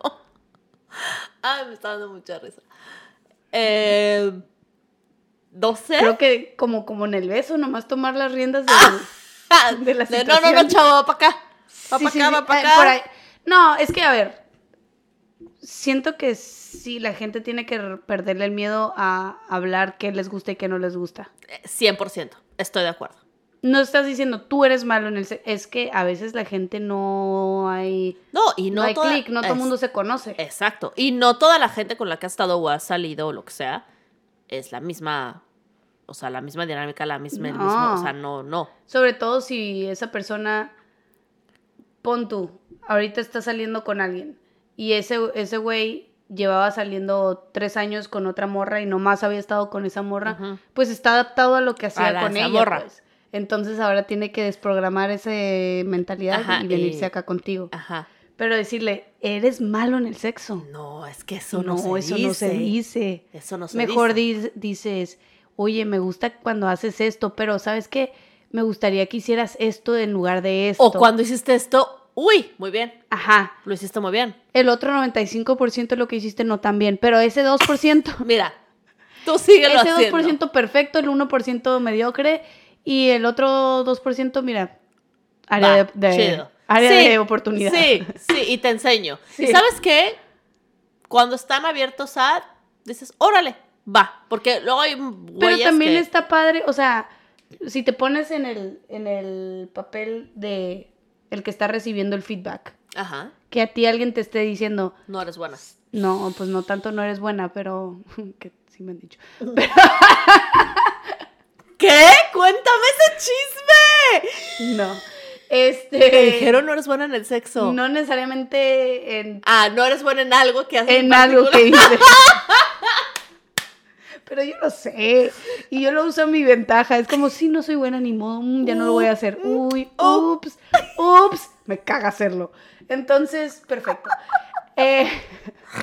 [SPEAKER 2] Ay, me está dando mucha risa. Eh, no sé.
[SPEAKER 3] Creo que como, como en el beso, nomás tomar las riendas de...
[SPEAKER 2] Ah,
[SPEAKER 3] de la
[SPEAKER 2] no, no, no,
[SPEAKER 3] situación.
[SPEAKER 2] chavo, va para acá. Va
[SPEAKER 3] Sí,
[SPEAKER 2] para
[SPEAKER 3] sí,
[SPEAKER 2] acá,
[SPEAKER 3] sí,
[SPEAKER 2] va para
[SPEAKER 3] eh,
[SPEAKER 2] acá.
[SPEAKER 3] por ahí. No, es que a ver, siento que sí, la gente tiene que r- perderle el miedo a hablar qué les gusta y qué no les gusta.
[SPEAKER 2] Eh, 100%, estoy de acuerdo.
[SPEAKER 3] No estás diciendo tú eres malo en el... se-". Es que a veces la gente no hay...
[SPEAKER 2] No, y no,
[SPEAKER 3] No, hay
[SPEAKER 2] toda-
[SPEAKER 3] clic, no todo
[SPEAKER 2] es- eh.
[SPEAKER 3] el mundo se conoce.
[SPEAKER 2] Exacto. Y no toda la gente con la que has estado o has salido o lo que sea es la misma, o sea, la misma dinámica, la misma, el mismo, o
[SPEAKER 3] No.
[SPEAKER 2] sea, no, no.
[SPEAKER 3] Sobre todo si esa persona, pon tú, ahorita está saliendo con alguien y ese, ese güey llevaba saliendo tres años con otra morra y nomás había estado con esa morra,
[SPEAKER 2] Ujú.
[SPEAKER 3] pues está adaptado a lo que
[SPEAKER 2] A
[SPEAKER 3] hacía
[SPEAKER 2] la-
[SPEAKER 3] con
[SPEAKER 2] esa
[SPEAKER 3] ella.
[SPEAKER 2] morra.
[SPEAKER 3] pues. Entonces ahora tiene que desprogramar esa mentalidad
[SPEAKER 2] Ajá, eh, ah.
[SPEAKER 3] y venirse
[SPEAKER 2] y-
[SPEAKER 3] acá contigo.
[SPEAKER 2] Ajá.
[SPEAKER 3] Pero decirle, eres malo en el sexo.
[SPEAKER 2] No, es que eso no, se
[SPEAKER 3] eso
[SPEAKER 2] dice.
[SPEAKER 3] no se dice.
[SPEAKER 2] Eso no se
[SPEAKER 3] Mejor
[SPEAKER 2] dice.
[SPEAKER 3] di- dices, oye, me gusta cuando haces esto, pero ¿sabes qué? Me gustaría que hicieras esto en lugar de esto.
[SPEAKER 2] O cuando hiciste esto, uy, muy bien,
[SPEAKER 3] Ajá.
[SPEAKER 2] lo hiciste muy bien.
[SPEAKER 3] El otro 95% de lo que hiciste no tan bien, pero ese 2%,
[SPEAKER 2] Mira, tú síguelo
[SPEAKER 3] ese
[SPEAKER 2] haciendo.
[SPEAKER 3] 2% perfecto, el 1% mediocre y el otro 2%, mira,
[SPEAKER 2] Va,
[SPEAKER 3] área de, de-
[SPEAKER 2] chido.
[SPEAKER 3] área
[SPEAKER 2] Sí,
[SPEAKER 3] de oportunidad.
[SPEAKER 2] Sí, sí, y te enseño.
[SPEAKER 3] Sí.
[SPEAKER 2] ¿Y sabes qué? Cuando están abiertos a, dices, órale, va, porque luego hay
[SPEAKER 3] Pero
[SPEAKER 2] huellas
[SPEAKER 3] también
[SPEAKER 2] que-
[SPEAKER 3] está padre, o sea, si te pones en el, en el papel de el que está recibiendo el feedback,
[SPEAKER 2] Ajá,
[SPEAKER 3] que a ti alguien te esté diciendo,
[SPEAKER 2] no eres buena.
[SPEAKER 3] no, pues no tanto no eres buena, pero que sí me han dicho.
[SPEAKER 2] ¿Qué? Cuéntame ese chisme.
[SPEAKER 3] No. Este
[SPEAKER 2] Te dijeron no eres buena en el sexo.
[SPEAKER 3] no necesariamente en,
[SPEAKER 2] Ah, no eres buena en algo que haces.
[SPEAKER 3] en algo que
[SPEAKER 2] particular.
[SPEAKER 3] dices. Pero yo lo sé. Y yo lo uso a mi ventaja. Es como, si no soy buena ni modo, mm, ya no lo voy a hacer. Uy,
[SPEAKER 2] oh.
[SPEAKER 3] ups, ups. Me caga hacerlo. Entonces, perfecto. Eh,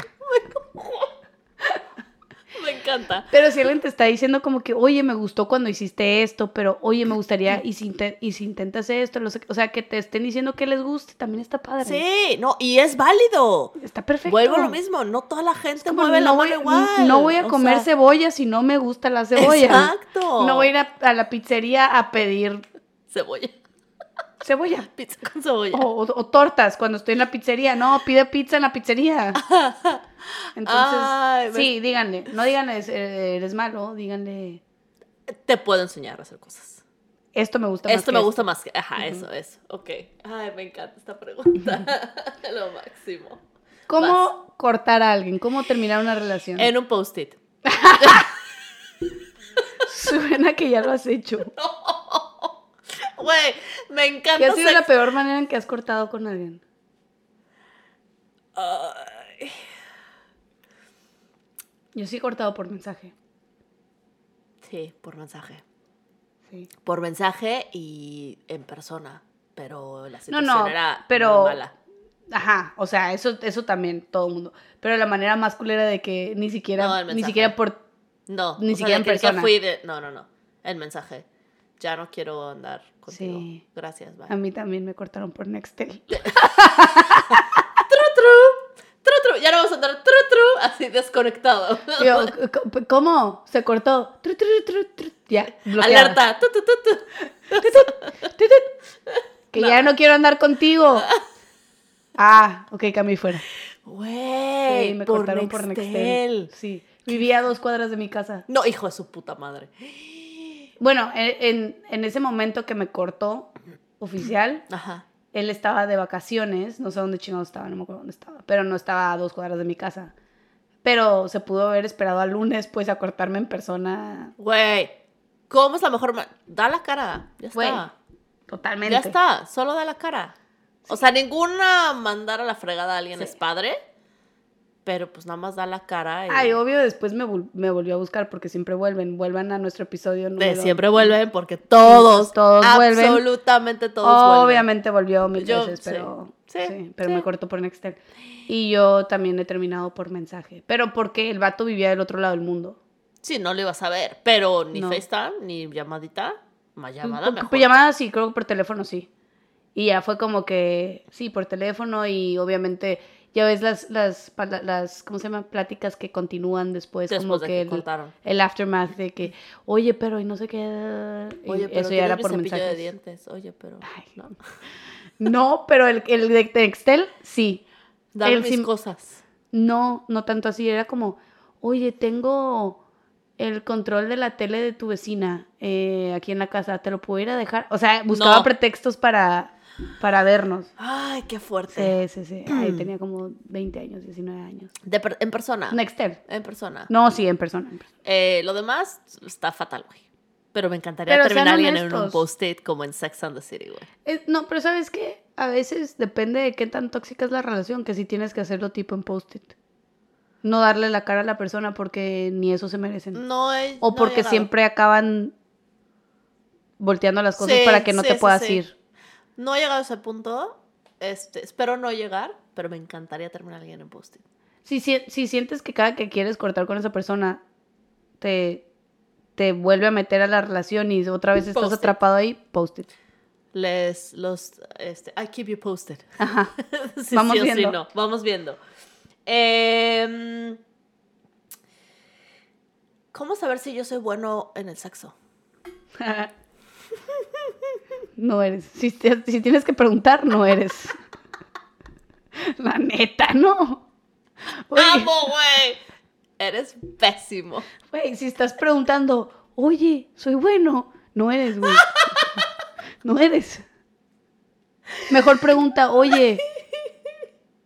[SPEAKER 2] Me encanta.
[SPEAKER 3] pero si alguien te está diciendo como que, oye, me gustó cuando hiciste esto, pero oye, me gustaría, y si, inte- y si intentas esto, lo sé- o sea, que te estén diciendo que les guste, también está padre.
[SPEAKER 2] Sí, no, y es válido.
[SPEAKER 3] Está perfecto.
[SPEAKER 2] Vuelvo a lo mismo, no toda la gente
[SPEAKER 3] Como
[SPEAKER 2] mueve la
[SPEAKER 3] no, voy,
[SPEAKER 2] mano igual.
[SPEAKER 3] no voy a
[SPEAKER 2] o
[SPEAKER 3] comer
[SPEAKER 2] sea,
[SPEAKER 3] cebolla si no me gusta la cebolla.
[SPEAKER 2] Exacto.
[SPEAKER 3] No voy a ir a, a la pizzería a Oh. pedir
[SPEAKER 2] Cebolla.
[SPEAKER 3] cebolla.
[SPEAKER 2] Pizza con cebolla.
[SPEAKER 3] O, o- o tortas cuando estoy en la pizzería. No, pide pizza en la pizzería. Entonces,
[SPEAKER 2] Ay, pues me-
[SPEAKER 3] sí, díganle. No díganle, "Es- eh, eres malo. Díganle,
[SPEAKER 2] Te puedo enseñar a hacer cosas.
[SPEAKER 3] esto me gusta más
[SPEAKER 2] Esto
[SPEAKER 3] que
[SPEAKER 2] me
[SPEAKER 3] esto".
[SPEAKER 2] gusta más que. Ajá, eso, eso. Ok. Ay, me encanta esta pregunta. Lo máximo.
[SPEAKER 3] ¿Cómo cortar a alguien? ¿Cómo terminar una relación?
[SPEAKER 2] En un post-it.
[SPEAKER 3] Suena que ya lo has hecho.
[SPEAKER 2] Güey, me
[SPEAKER 3] ¿Qué
[SPEAKER 2] encanta.
[SPEAKER 3] ha sido
[SPEAKER 2] ser-
[SPEAKER 3] la peor manera en que has cortado con alguien?
[SPEAKER 2] Ay,
[SPEAKER 3] Yo sí he cortado por mensaje.
[SPEAKER 2] sí, por mensaje.
[SPEAKER 3] Sí.
[SPEAKER 2] Por mensaje y en persona. Pero la
[SPEAKER 3] No,
[SPEAKER 2] situación
[SPEAKER 3] no,
[SPEAKER 2] era
[SPEAKER 3] pero-
[SPEAKER 2] muy mala.
[SPEAKER 3] Ajá, o sea, eso, eso también todo el mundo. Pero la manera más culera de que ni siquiera,
[SPEAKER 2] No, el
[SPEAKER 3] ni
[SPEAKER 2] mensaje.
[SPEAKER 3] siquiera por...
[SPEAKER 2] No,
[SPEAKER 3] Ni
[SPEAKER 2] o sea,
[SPEAKER 3] siquiera
[SPEAKER 2] de
[SPEAKER 3] en
[SPEAKER 2] que- que
[SPEAKER 3] persona.
[SPEAKER 2] fui de- no, no, no. El mensaje. Ya no quiero andar contigo.
[SPEAKER 3] Sí.
[SPEAKER 2] Gracias, bye.
[SPEAKER 3] A mí también me cortaron por Nextel.
[SPEAKER 2] Tru, tru, ya no vamos a andar tru, tru, así desconectado.
[SPEAKER 3] Yo, "C- ¿cómo? Se cortó. Tru, tru, tru, tru. Ya, bloqueada.
[SPEAKER 2] Alerta. tu, tu, tu, tu.
[SPEAKER 3] Que ya no quiero andar contigo. Ah, ok, cambié fuera.
[SPEAKER 2] Güey,
[SPEAKER 3] Sí, me
[SPEAKER 2] por
[SPEAKER 3] cortaron por Nextel. Sí, vivía a dos cuadras de mi casa.
[SPEAKER 2] No, hijo de su puta madre.
[SPEAKER 3] Bueno, e, en, en- en ese momento que me cortó oficial,
[SPEAKER 2] Ajá.
[SPEAKER 3] él estaba de vacaciones, no sé dónde chingado estaba, no me acuerdo dónde estaba, pero no estaba a dos cuadras de mi casa. Pero se pudo haber esperado al lunes, pues, a cortarme en persona.
[SPEAKER 2] Güey, ¿cómo es la mejor ma- Da la cara. Ya
[SPEAKER 3] Güey,
[SPEAKER 2] está.
[SPEAKER 3] totalmente.
[SPEAKER 2] Ya está. Solo da la cara. O sea, ninguna mandar a la fregada a alguien
[SPEAKER 3] Sí.
[SPEAKER 2] es padre. Pero pues nada más da la cara. Y...
[SPEAKER 3] Ay, obvio, después me, vol- me volvió a buscar porque siempre vuelven. Vuelvan a nuestro episodio
[SPEAKER 2] De
[SPEAKER 3] número...
[SPEAKER 2] siempre vuelven porque todos,
[SPEAKER 3] Todos vuelven.
[SPEAKER 2] absolutamente todos vuelven.
[SPEAKER 3] Obviamente volvió mil
[SPEAKER 2] Yo-
[SPEAKER 3] veces,
[SPEAKER 2] sí.
[SPEAKER 3] pero...
[SPEAKER 2] Sí,
[SPEAKER 3] sí, pero
[SPEAKER 2] sí.
[SPEAKER 3] me cortó por Nextel. Y yo también he terminado por mensaje. Pero porque el vato vivía del otro lado del mundo.
[SPEAKER 2] Sí, no lo ibas a ver, pero ni
[SPEAKER 3] No.
[SPEAKER 2] FaceTime, ni llamadita, más llamada
[SPEAKER 3] Por-
[SPEAKER 2] mejor.
[SPEAKER 3] por llamada sí, creo que por teléfono sí. Y ya fue como que, sí, por teléfono y obviamente ya ves las, las, pala- las ¿cómo se llama? Pláticas que continúan después,
[SPEAKER 2] Después
[SPEAKER 3] como
[SPEAKER 2] de
[SPEAKER 3] que,
[SPEAKER 2] que
[SPEAKER 3] el,
[SPEAKER 2] cortaron.
[SPEAKER 3] el aftermath de que, oye, pero y no sé qué, y
[SPEAKER 2] Oye, pero
[SPEAKER 3] eso ya era
[SPEAKER 2] mi
[SPEAKER 3] por
[SPEAKER 2] cepillo de
[SPEAKER 3] mensajes.
[SPEAKER 2] dientes. Oye, pero
[SPEAKER 3] Ay,
[SPEAKER 2] no.
[SPEAKER 3] No, pero el, el de Textel sí.
[SPEAKER 2] Dame
[SPEAKER 3] El
[SPEAKER 2] mis
[SPEAKER 3] sim-
[SPEAKER 2] cosas.
[SPEAKER 3] No, no tanto así, era como, oye, tengo el control de la tele de tu vecina eh, aquí en la casa, ¿te lo pudiera dejar? O sea, buscaba
[SPEAKER 2] No.
[SPEAKER 3] pretextos para, para vernos.
[SPEAKER 2] Ay, qué fuerte.
[SPEAKER 3] Sí, sí, sí. Ay, tenía como 20 años, 19 años.
[SPEAKER 2] De per- en persona.
[SPEAKER 3] Nextel.
[SPEAKER 2] En persona.
[SPEAKER 3] No, sí, en persona. en persona.
[SPEAKER 2] Eh, lo demás está fatal, güey. Pero me encantaría
[SPEAKER 3] Pero
[SPEAKER 2] terminar
[SPEAKER 3] sean
[SPEAKER 2] bien en un
[SPEAKER 3] honestos.
[SPEAKER 2] post-it como en Sex and the City, güey.
[SPEAKER 3] Es- Eh, no, pero ¿sabes qué? A veces depende de qué tan tóxica es la relación, que si tienes que hacerlo tipo en post-it. No darle la cara a la persona porque ni eso se merecen.
[SPEAKER 2] No es.
[SPEAKER 3] O porque siempre acaban volteando las cosas
[SPEAKER 2] Sí,
[SPEAKER 3] para que no
[SPEAKER 2] sí,
[SPEAKER 3] te
[SPEAKER 2] sí,
[SPEAKER 3] puedas
[SPEAKER 2] sí.
[SPEAKER 3] ir.
[SPEAKER 2] No he llegado a ese punto. Este, espero no llegar, pero me encantaría terminar bien en post-it.
[SPEAKER 3] Si, si, si sientes que cada que quieres cortar con esa persona, te, te vuelve a meter a la relación y otra vez estás
[SPEAKER 2] Post-it.
[SPEAKER 3] atrapado ahí, post-it.
[SPEAKER 2] Les, los, este, I keep you posted.
[SPEAKER 3] Ajá.
[SPEAKER 2] Sí,
[SPEAKER 3] Vamos
[SPEAKER 2] sí o sí
[SPEAKER 3] viendo.
[SPEAKER 2] no. Vamos viendo. Em, ¿Cómo saber si yo soy bueno en el sexo?
[SPEAKER 3] no eres. Si, te- si tienes que preguntar, no eres. La neta, no. Oye,
[SPEAKER 2] ¡Amo, güey! Eres pésimo.
[SPEAKER 3] Güey, si estás preguntando, oye, soy bueno, no eres, güey. No eres. Mejor pregunta, oye,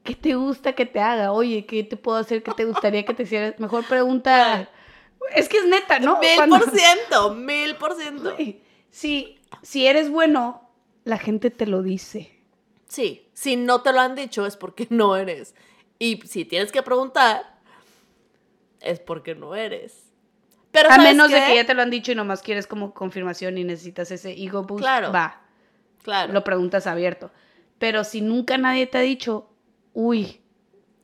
[SPEAKER 3] ¿qué te gusta que te haga? Oye, ¿qué te puedo hacer? ¿Qué te gustaría que te hicieras? Mejor pregunta. Es que es neta, ¿no?
[SPEAKER 2] Mil
[SPEAKER 3] Cuando-
[SPEAKER 2] por ciento, mil por ciento.
[SPEAKER 3] Güey, Si, si eres bueno, la gente te lo dice.
[SPEAKER 2] Sí, si no te lo han dicho es porque no eres. Y si tienes que preguntar, es porque no eres. Pero
[SPEAKER 3] A
[SPEAKER 2] ¿sabes
[SPEAKER 3] menos de
[SPEAKER 2] qué?
[SPEAKER 3] que ya te lo han dicho y nomás quieres como confirmación y necesitas ese ego boost.
[SPEAKER 2] Claro.
[SPEAKER 3] Va.
[SPEAKER 2] Claro.
[SPEAKER 3] lo preguntas abierto. Pero si nunca nadie te ha dicho, uy,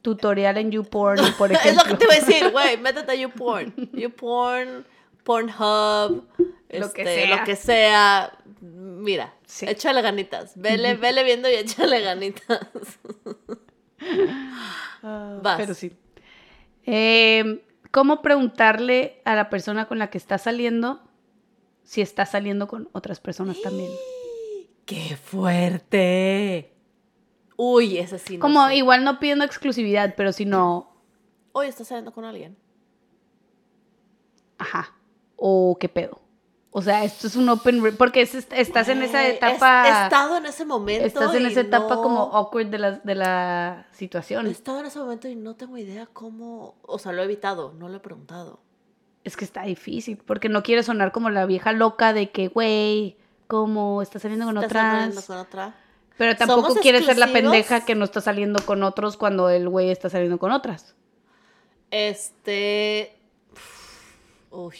[SPEAKER 3] tutorial en YouPorn, por ejemplo.
[SPEAKER 2] es lo que te voy a decir, güey, métete a YouPorn. YouPorn, Pornhub,
[SPEAKER 3] Lo que
[SPEAKER 2] este,
[SPEAKER 3] sea.
[SPEAKER 2] lo que sea. Mira,
[SPEAKER 3] Sí.
[SPEAKER 2] échale ganitas. Vele, vele viendo y échale ganitas.
[SPEAKER 3] Ah,
[SPEAKER 2] Vas.
[SPEAKER 3] Pero sí. Eh, ¿Cómo preguntarle a la persona con la que está saliendo si está saliendo con otras personas también?
[SPEAKER 2] ¡Qué fuerte! Uy, ese sí. no
[SPEAKER 3] Como
[SPEAKER 2] sé.
[SPEAKER 3] igual no pidiendo exclusividad, pero si no,
[SPEAKER 2] Hoy estás saliendo con alguien.
[SPEAKER 3] ajá, o qué pedo. O sea, esto es un open, re- porque es- estás en esa
[SPEAKER 2] Güey, Eh, es-
[SPEAKER 3] etapa,
[SPEAKER 2] He estado en ese momento.
[SPEAKER 3] estás en
[SPEAKER 2] y
[SPEAKER 3] esa etapa
[SPEAKER 2] no-
[SPEAKER 3] como awkward de la, de la situación.
[SPEAKER 2] He estado en ese momento y no tengo idea cómo. O sea, lo he evitado, no lo he preguntado.
[SPEAKER 3] Es que está difícil, porque no quiere sonar como la vieja loca de que, güey, como está saliendo con
[SPEAKER 2] ¿Estás saliendo
[SPEAKER 3] otras.
[SPEAKER 2] con otra?
[SPEAKER 3] Pero tampoco
[SPEAKER 2] ¿Somos
[SPEAKER 3] quiere ser la
[SPEAKER 2] exclusivos?
[SPEAKER 3] pendeja que no está saliendo con otros cuando el güey está saliendo con otras.
[SPEAKER 2] Este. Uy.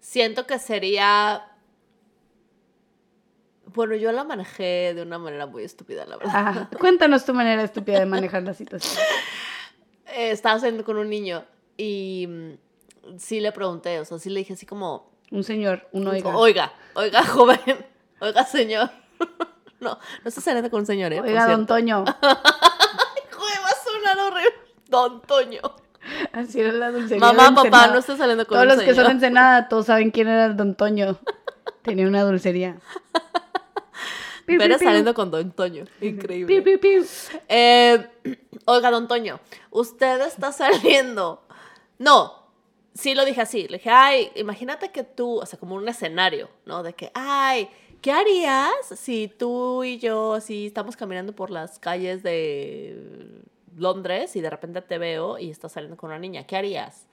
[SPEAKER 2] Siento que sería. Bueno, yo la manejé de una manera muy estúpida, la verdad.
[SPEAKER 3] Ajá. Ah, Cuéntanos tu manera estúpida de manejar la situación.
[SPEAKER 2] Eh, estaba saliendo con un niño y mm, sí le pregunté, o sea, sí le dije así como.
[SPEAKER 3] Un señor, uno de
[SPEAKER 2] Oiga, oiga, joven, oiga, señor. No, no estás saliendo con un señor, ¿eh? Por
[SPEAKER 3] Oiga, don
[SPEAKER 2] cierto.
[SPEAKER 3] Toño.
[SPEAKER 2] Joder, va a sonar horrible. Don Toño.
[SPEAKER 3] Así era la dulcería.
[SPEAKER 2] Mamá,
[SPEAKER 3] de
[SPEAKER 2] papá,
[SPEAKER 3] Ensenada.
[SPEAKER 2] no estás saliendo con
[SPEAKER 3] Todos
[SPEAKER 2] un
[SPEAKER 3] los que
[SPEAKER 2] señor.
[SPEAKER 3] son Ensenada, todos saben quién era el don Toño. Tenía una dulcería. Piu,
[SPEAKER 2] Pero
[SPEAKER 3] piu, piu.
[SPEAKER 2] saliendo con Don Toño.
[SPEAKER 3] Piu,
[SPEAKER 2] Increíble.
[SPEAKER 3] piu, piu.
[SPEAKER 2] Eh, oiga, Don Toño, usted está saliendo. No, sí lo dije así. Le dije, ay, imagínate que tú, o sea, como un escenario, ¿no? De que, ay, ¿qué harías si tú y yo, si estamos caminando por las calles de Londres y de repente te veo y estás saliendo con una niña? ¿Qué harías?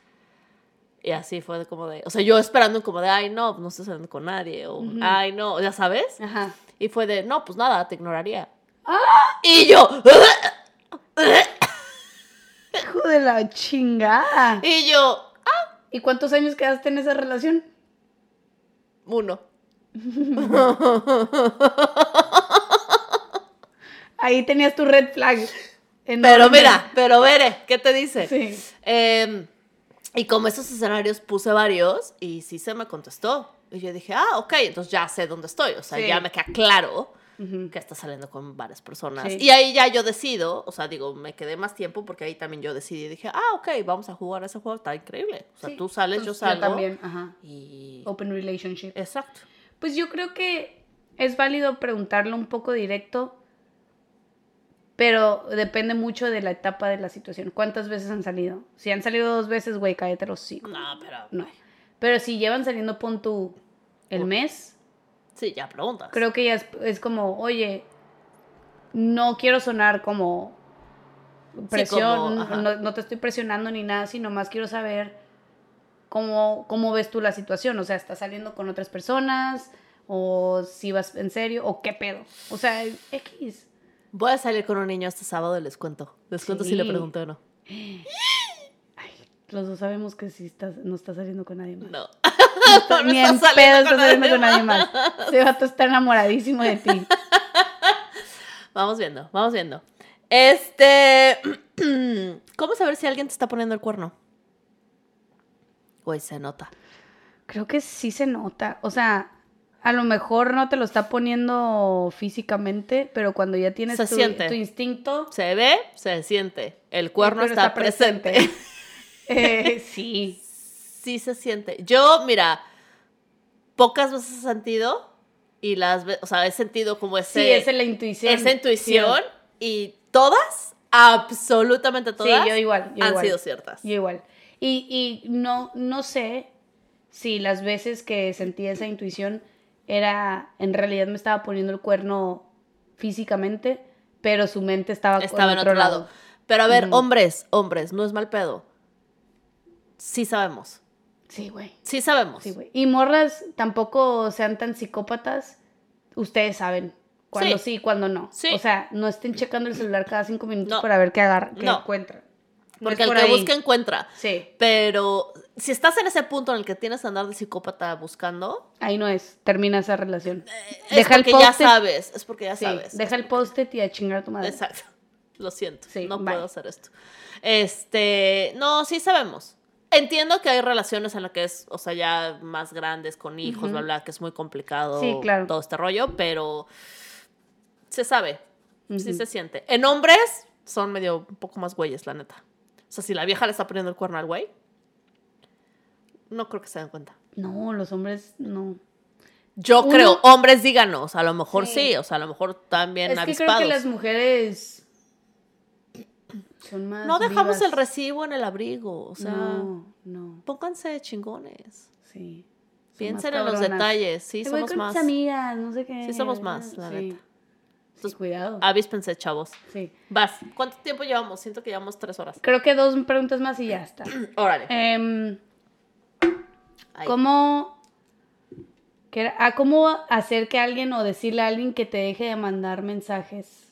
[SPEAKER 2] Y así fue como de, o sea, yo esperando como de, ay, no, no estoy saliendo con nadie, o,
[SPEAKER 3] Ujú. Ah.
[SPEAKER 2] ay, no, ya sabes.
[SPEAKER 3] Ajá.
[SPEAKER 2] Y fue de, no, pues nada, te ignoraría. Y yo,
[SPEAKER 3] Hijo de la chingada.
[SPEAKER 2] y yo,
[SPEAKER 3] ¿Y cuántos años quedaste en esa relación?
[SPEAKER 2] uno.
[SPEAKER 3] Ahí tenías tu red flag. enorme.
[SPEAKER 2] Pero mira, pero veré, ¿qué te dice?
[SPEAKER 3] Sí.
[SPEAKER 2] Em, y como esos escenarios puse varios y sí se me contestó. Y yo dije, ah, ok, entonces ya sé dónde estoy. O sea,
[SPEAKER 3] Sí.
[SPEAKER 2] ya me queda claro
[SPEAKER 3] Ujú.
[SPEAKER 2] que está saliendo con varias personas.
[SPEAKER 3] Sí.
[SPEAKER 2] Y ahí ya yo decido, o sea, digo, me quedé más tiempo porque ahí también yo decidí. Dije, ah, ok, vamos a jugar a ese juego, está increíble. O sea,
[SPEAKER 3] Sí,
[SPEAKER 2] tú sales, yo
[SPEAKER 3] pues
[SPEAKER 2] salgo.
[SPEAKER 3] también, ajá.
[SPEAKER 2] Y...
[SPEAKER 3] Open relationship.
[SPEAKER 2] Exacto.
[SPEAKER 3] Pues yo creo que es válido preguntarlo un poco directo, pero depende mucho de la etapa de la situación. ¿Cuántas veces han salido? Si han salido dos veces, güey, cállate los cinco.
[SPEAKER 2] No, pero...
[SPEAKER 3] No. Pero si llevan saliendo, pon tú el
[SPEAKER 2] Uy.
[SPEAKER 3] mes,
[SPEAKER 2] Sí, ya preguntas.
[SPEAKER 3] creo que ya es, es como, oye, no quiero sonar como presión,
[SPEAKER 2] como, ajá.
[SPEAKER 3] no, no te estoy presionando ni nada, sino más quiero saber cómo, cómo ves tú la situación, o sea, ¿estás saliendo con otras personas? ¿O si vas en serio? ¿O qué pedo? O sea, X.
[SPEAKER 2] Voy a salir con un niño este sábado y les cuento. Les cuento si le
[SPEAKER 3] Sí.
[SPEAKER 2] pregunté o no.
[SPEAKER 3] Los dos sabemos que si estás, no estás saliendo con nadie más.
[SPEAKER 2] No.
[SPEAKER 3] No estás-
[SPEAKER 2] No
[SPEAKER 3] ni en
[SPEAKER 2] estás
[SPEAKER 3] pedo
[SPEAKER 2] saliendo
[SPEAKER 3] estás
[SPEAKER 2] con
[SPEAKER 3] saliendo
[SPEAKER 2] nadie
[SPEAKER 3] con nadie más. Ese vato está enamoradísimo de ti.
[SPEAKER 2] Vamos viendo, vamos viendo. Este. ¿Cómo saber si alguien te está poniendo el cuerno? Güey, se nota.
[SPEAKER 3] Creo que sí se nota. O sea, a lo mejor no te lo está poniendo físicamente, pero cuando ya tienes
[SPEAKER 2] Se
[SPEAKER 3] tu,
[SPEAKER 2] siente.
[SPEAKER 3] tu instinto.
[SPEAKER 2] Se ve, se siente. El cuerno
[SPEAKER 3] pero
[SPEAKER 2] está, presente.
[SPEAKER 3] Eh, sí.
[SPEAKER 2] Sí se siente. Yo, mira, pocas veces he sentido y las ve- o sea, he sentido como ese,
[SPEAKER 3] sí, esa es la intuición.
[SPEAKER 2] esa intuición y todas, absolutamente
[SPEAKER 3] Sí,
[SPEAKER 2] todas,
[SPEAKER 3] yo igual. yo
[SPEAKER 2] han
[SPEAKER 3] igual.
[SPEAKER 2] sido ciertas.
[SPEAKER 3] Yo igual. Y, y no, no sé si las veces que sentí esa intuición era, en realidad me estaba poniendo el cuerno físicamente, pero su mente estaba, en
[SPEAKER 2] Estaba en otro lado. Pero a ver,
[SPEAKER 3] Ujú.
[SPEAKER 2] hombres, hombres, no es mal pedo. Sí sabemos.
[SPEAKER 3] Sí, güey.
[SPEAKER 2] Sí sabemos.
[SPEAKER 3] Sí, güey. Y morras tampoco sean tan psicópatas, ustedes saben. Cuando
[SPEAKER 2] Sí.
[SPEAKER 3] sí, cuando no.
[SPEAKER 2] Sí.
[SPEAKER 3] O sea, no estén checando el celular cada cinco minutos
[SPEAKER 2] No.
[SPEAKER 3] para ver qué agarran, qué
[SPEAKER 2] No.
[SPEAKER 3] encuentran. No
[SPEAKER 2] Porque
[SPEAKER 3] es
[SPEAKER 2] el
[SPEAKER 3] por
[SPEAKER 2] que
[SPEAKER 3] ahí.
[SPEAKER 2] busca encuentra.
[SPEAKER 3] Sí,
[SPEAKER 2] Pero si estás en ese punto en el que tienes que andar de psicópata buscando,
[SPEAKER 3] ahí no es. Termina esa relación.
[SPEAKER 2] Eh, es porque ya
[SPEAKER 3] post-it
[SPEAKER 2] sabes. Es porque ya
[SPEAKER 3] Sí,
[SPEAKER 2] sabes.
[SPEAKER 3] deja el post-it y a chingar a tu madre.
[SPEAKER 2] Exacto. Lo siento.
[SPEAKER 3] Ah. Sí,
[SPEAKER 2] no
[SPEAKER 3] bye.
[SPEAKER 2] puedo hacer esto. Este, no, sí sabemos. Entiendo que hay relaciones en las que es, o sea, ya más grandes, con hijos,
[SPEAKER 3] Ujú.
[SPEAKER 2] bla, bla, que es muy complicado
[SPEAKER 3] Sí, claro.
[SPEAKER 2] todo este rollo, pero se sabe, sí
[SPEAKER 3] Ujú.
[SPEAKER 2] se siente. En hombres son medio un poco más güeyes, la neta. O sea, si la vieja le está poniendo el cuerno al güey, no creo que se den cuenta.
[SPEAKER 3] No, los hombres no.
[SPEAKER 2] Yo
[SPEAKER 3] Uno-
[SPEAKER 2] creo, hombres díganos, a lo mejor sí.
[SPEAKER 3] Sí.
[SPEAKER 2] o sea, a lo mejor también
[SPEAKER 3] es que creo
[SPEAKER 2] avispados.
[SPEAKER 3] que las mujeres Ah, son más.
[SPEAKER 2] No dejamos
[SPEAKER 3] vivas.
[SPEAKER 2] el recibo en el abrigo, o sea...
[SPEAKER 3] no, no,
[SPEAKER 2] Pónganse chingones.
[SPEAKER 3] sí. Son
[SPEAKER 2] Piensen
[SPEAKER 3] más
[SPEAKER 2] en los
[SPEAKER 3] cabronas.
[SPEAKER 2] detalles. Sí,
[SPEAKER 3] Te voy
[SPEAKER 2] somos
[SPEAKER 3] con
[SPEAKER 2] más.
[SPEAKER 3] tus amigas, no sé qué.
[SPEAKER 2] Sí somos más, la
[SPEAKER 3] sí.
[SPEAKER 2] neta. Ah.
[SPEAKER 3] Sí, cuidado.
[SPEAKER 2] Avíspense, chavos.
[SPEAKER 3] Sí.
[SPEAKER 2] Vas. ¿Cuánto tiempo llevamos? Siento que llevamos tres horas.
[SPEAKER 3] Creo que dos preguntas más y ya está.
[SPEAKER 2] Órale.
[SPEAKER 3] Em,
[SPEAKER 2] Ahí.
[SPEAKER 3] ¿Cómo, qué era? Ah, ¿Cómo hacer que alguien o decirle a alguien que te deje de mandar mensajes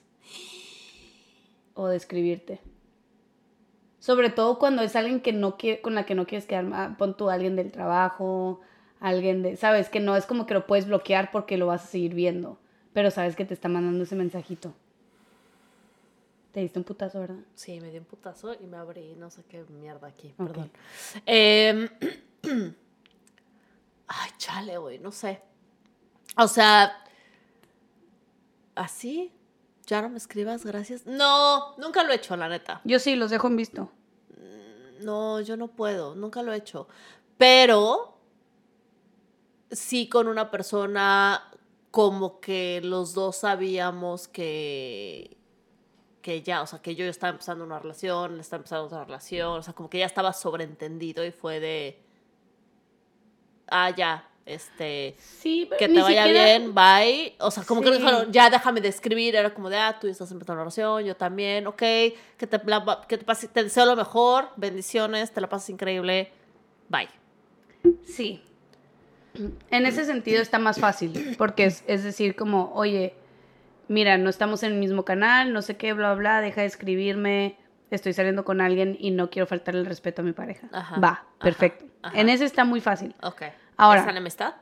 [SPEAKER 3] o de escribirte? Sobre todo cuando es alguien que no quiere, con la que no quieres quedar mal, pon tú a alguien del trabajo, alguien de, sabes que no es como que lo puedes bloquear porque lo vas a seguir viendo, pero sabes que te está mandando ese mensajito. Te diste un putazo, ¿verdad?
[SPEAKER 2] Sí, me dio un putazo y me abrí no sé qué mierda aquí.
[SPEAKER 3] Ok.
[SPEAKER 2] Perdón. Em, Ay, chale, güey. No sé. O sea. ¿Así? ¿Ya no me escribas? Gracias. No, nunca lo he hecho, la neta.
[SPEAKER 3] Yo sí, los dejo en visto.
[SPEAKER 2] No, yo no puedo, nunca lo he hecho. Pero sí con una persona como que los dos sabíamos que que ya, o sea, que yo ya estaba empezando una relación, él estaba empezando otra relación, o sea, como que ya estaba sobreentendido y fue de ah, ya, este
[SPEAKER 3] Sí, pero
[SPEAKER 2] que
[SPEAKER 3] ni
[SPEAKER 2] te vaya
[SPEAKER 3] siquiera-
[SPEAKER 2] bien, bye. O sea, como que no
[SPEAKER 3] Sí.
[SPEAKER 2] dijeron, ya déjame de escribir. Era como de, ah, tú ya estás empezando una oración, yo también, ok. Que te, la pa- que te, pase- te deseo lo mejor, bendiciones, te la pases increíble, bye.
[SPEAKER 3] Sí. En ese sentido está más fácil, porque es, es decir, como, oye, mira, no estamos en el mismo canal, no sé qué, bla, bla, deja de escribirme, estoy saliendo con alguien y no quiero faltar el respeto a mi pareja.
[SPEAKER 2] Ajá,
[SPEAKER 3] Va,
[SPEAKER 2] ajá,
[SPEAKER 3] perfecto.
[SPEAKER 2] ajá.
[SPEAKER 3] En ese está muy fácil.
[SPEAKER 2] Ok.
[SPEAKER 3] Ahora.
[SPEAKER 2] ¿Es en amistad?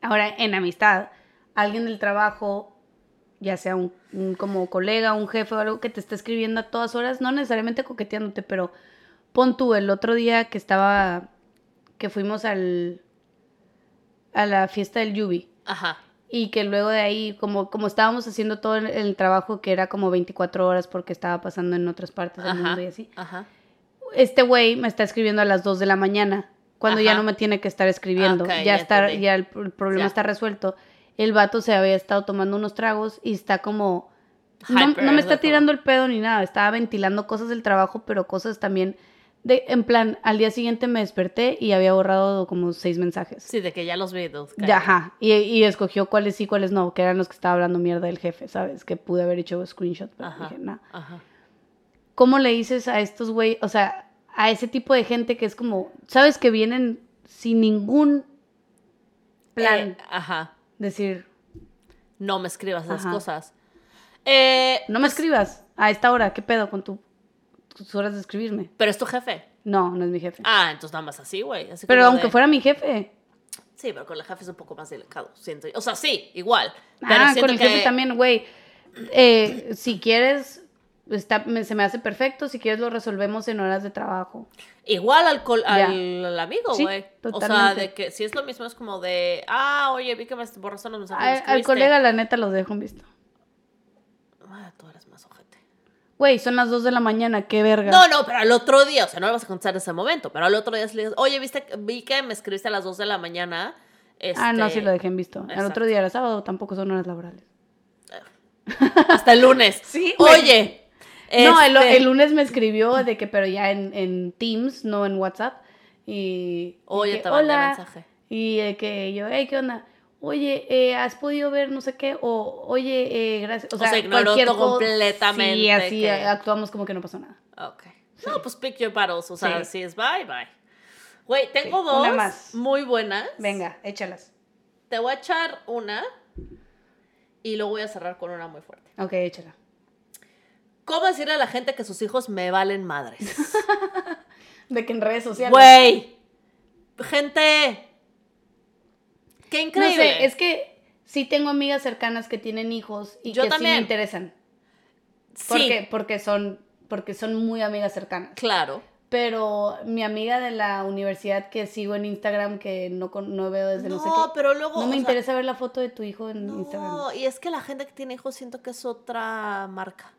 [SPEAKER 3] Ahora, en amistad, alguien del trabajo, ya sea un, un como colega, un jefe o algo que te está escribiendo a todas horas, no necesariamente coqueteándote, pero pon tú el otro día que estaba, que fuimos al, a la fiesta del Yubi
[SPEAKER 2] Ajá.
[SPEAKER 3] y que luego de ahí, como, como estábamos haciendo todo el, el trabajo que era como 24 horas porque estaba pasando en otras partes del
[SPEAKER 2] Ajá.
[SPEAKER 3] mundo y así,
[SPEAKER 2] Ajá.
[SPEAKER 3] este güey me está escribiendo a las 2 de la mañana, cuando ya
[SPEAKER 2] Ajá.
[SPEAKER 3] no me tiene que estar escribiendo,
[SPEAKER 2] Ah, ok,
[SPEAKER 3] ya,
[SPEAKER 2] ya
[SPEAKER 3] está,
[SPEAKER 2] entendí.
[SPEAKER 3] ya el, el problema
[SPEAKER 2] Ya.
[SPEAKER 3] está resuelto. El vato se había estado tomando unos tragos y está como... No,
[SPEAKER 2] Hyper,
[SPEAKER 3] no me
[SPEAKER 2] es
[SPEAKER 3] está
[SPEAKER 2] como-
[SPEAKER 3] tirando el pedo ni nada, estaba ventilando cosas del trabajo, pero cosas también de... En plan, al día siguiente me desperté y había borrado como seis mensajes.
[SPEAKER 2] Sí, de que ya los vi. dude, caray.
[SPEAKER 3] Ya, ajá. Y, y escogió cuáles sí, cuáles no, que eran los que estaba hablando mierda del jefe, ¿sabes? Que pude haber hecho screenshot, pero
[SPEAKER 2] Ajá.
[SPEAKER 3] dije, nada.
[SPEAKER 2] Ajá.
[SPEAKER 3] ¿cómo le dices a estos güey, o sea, a ese tipo de gente que es como, sabes que vienen sin ningún plan,
[SPEAKER 2] Eh, ajá.
[SPEAKER 3] decir,
[SPEAKER 2] No me escribas esas
[SPEAKER 3] Ajá.
[SPEAKER 2] cosas. Eh,
[SPEAKER 3] no me escribas a esta hora, ¿qué pedo con tu- tus horas de escribirme?
[SPEAKER 2] pero es tu jefe.
[SPEAKER 3] No, no es mi jefe.
[SPEAKER 2] Ah, entonces nada más así, güey. así
[SPEAKER 3] pero
[SPEAKER 2] como
[SPEAKER 3] aunque
[SPEAKER 2] de-
[SPEAKER 3] fuera mi jefe.
[SPEAKER 2] Sí, pero con el jefe es un poco más delicado, siento. yo. O sea, sí, igual. Pero
[SPEAKER 3] Ah,
[SPEAKER 2] siento
[SPEAKER 3] con el
[SPEAKER 2] que...
[SPEAKER 3] jefe también, güey. eh, si quieres, está, me- se me hace perfecto, si quieres lo resolvemos en horas de trabajo.
[SPEAKER 2] Pues, Igual al, col-
[SPEAKER 3] Ya.
[SPEAKER 2] al, al amigo,
[SPEAKER 3] Sí,
[SPEAKER 2] güey. o sea,
[SPEAKER 3] totalmente.
[SPEAKER 2] de que si es lo mismo, es como de, ah, oye, vi que me borraste los mensajes. que me
[SPEAKER 3] Al- al
[SPEAKER 2] escribiste".
[SPEAKER 3] colega, la neta, los dejo en visto.
[SPEAKER 2] Ah, tú eres más ojete.
[SPEAKER 3] Güey, son las 2 de la mañana, qué verga.
[SPEAKER 2] No, no, pero al otro día, o sea, no le vas a contestar en ese momento, pero al otro día sí le dices, oye, viste, vi que me escribiste a las 2 de la mañana,
[SPEAKER 3] Ah, no, sí
[SPEAKER 2] Este,
[SPEAKER 3] lo dejé en visto. El
[SPEAKER 2] Exacto.
[SPEAKER 3] otro día era sábado, tampoco son horas laborales.
[SPEAKER 2] Hasta el lunes.
[SPEAKER 3] Sí, güey.
[SPEAKER 2] Oye.
[SPEAKER 3] No, el,
[SPEAKER 2] este,
[SPEAKER 3] el lunes me escribió de que, pero ya en, en Teams, no en WhatsApp. Y. de
[SPEAKER 2] Oye,
[SPEAKER 3] que,
[SPEAKER 2] te mandé
[SPEAKER 3] "Hola",
[SPEAKER 2] mensaje.
[SPEAKER 3] Y de que yo, hey, ¿qué onda? Oye, eh, ¿has podido ver no sé qué? O, oye, eh, gracias. O
[SPEAKER 2] O
[SPEAKER 3] sea,
[SPEAKER 2] sea, ignoró
[SPEAKER 3] cualquier
[SPEAKER 2] todo
[SPEAKER 3] cosa-
[SPEAKER 2] completamente
[SPEAKER 3] Sí, así
[SPEAKER 2] que-
[SPEAKER 3] eh, actuamos como que no pasó nada.
[SPEAKER 2] Ok. No, pues pick your battles. O sea,
[SPEAKER 3] Sí.
[SPEAKER 2] si es bye, bye. Güey, tengo
[SPEAKER 3] Sí,
[SPEAKER 2] dos
[SPEAKER 3] una más.
[SPEAKER 2] muy buenas.
[SPEAKER 3] Venga, échalas.
[SPEAKER 2] Te voy a echar una y luego voy a cerrar con una muy fuerte.
[SPEAKER 3] Ok, échala.
[SPEAKER 2] ¿Cómo decirle a la gente que sus hijos me valen madres?
[SPEAKER 3] De que en redes sociales.
[SPEAKER 2] Güey. Gente. Qué
[SPEAKER 3] no
[SPEAKER 2] increíble.
[SPEAKER 3] sé, es que sí tengo amigas cercanas que tienen hijos y
[SPEAKER 2] Yo
[SPEAKER 3] que sí
[SPEAKER 2] también.
[SPEAKER 3] me interesan.
[SPEAKER 2] sí,
[SPEAKER 3] ¿Por qué? Porque son, porque son muy amigas cercanas.
[SPEAKER 2] claro.
[SPEAKER 3] Pero mi amiga de la universidad que sigo en Instagram, que no, con- no veo desde no, sé
[SPEAKER 2] No,
[SPEAKER 3] qué.
[SPEAKER 2] pero luego.
[SPEAKER 3] no
[SPEAKER 2] o
[SPEAKER 3] me
[SPEAKER 2] sea,
[SPEAKER 3] interesa ver la foto de tu hijo en Instagram.
[SPEAKER 2] No, y es que la gente que tiene hijos siento que es otra marca.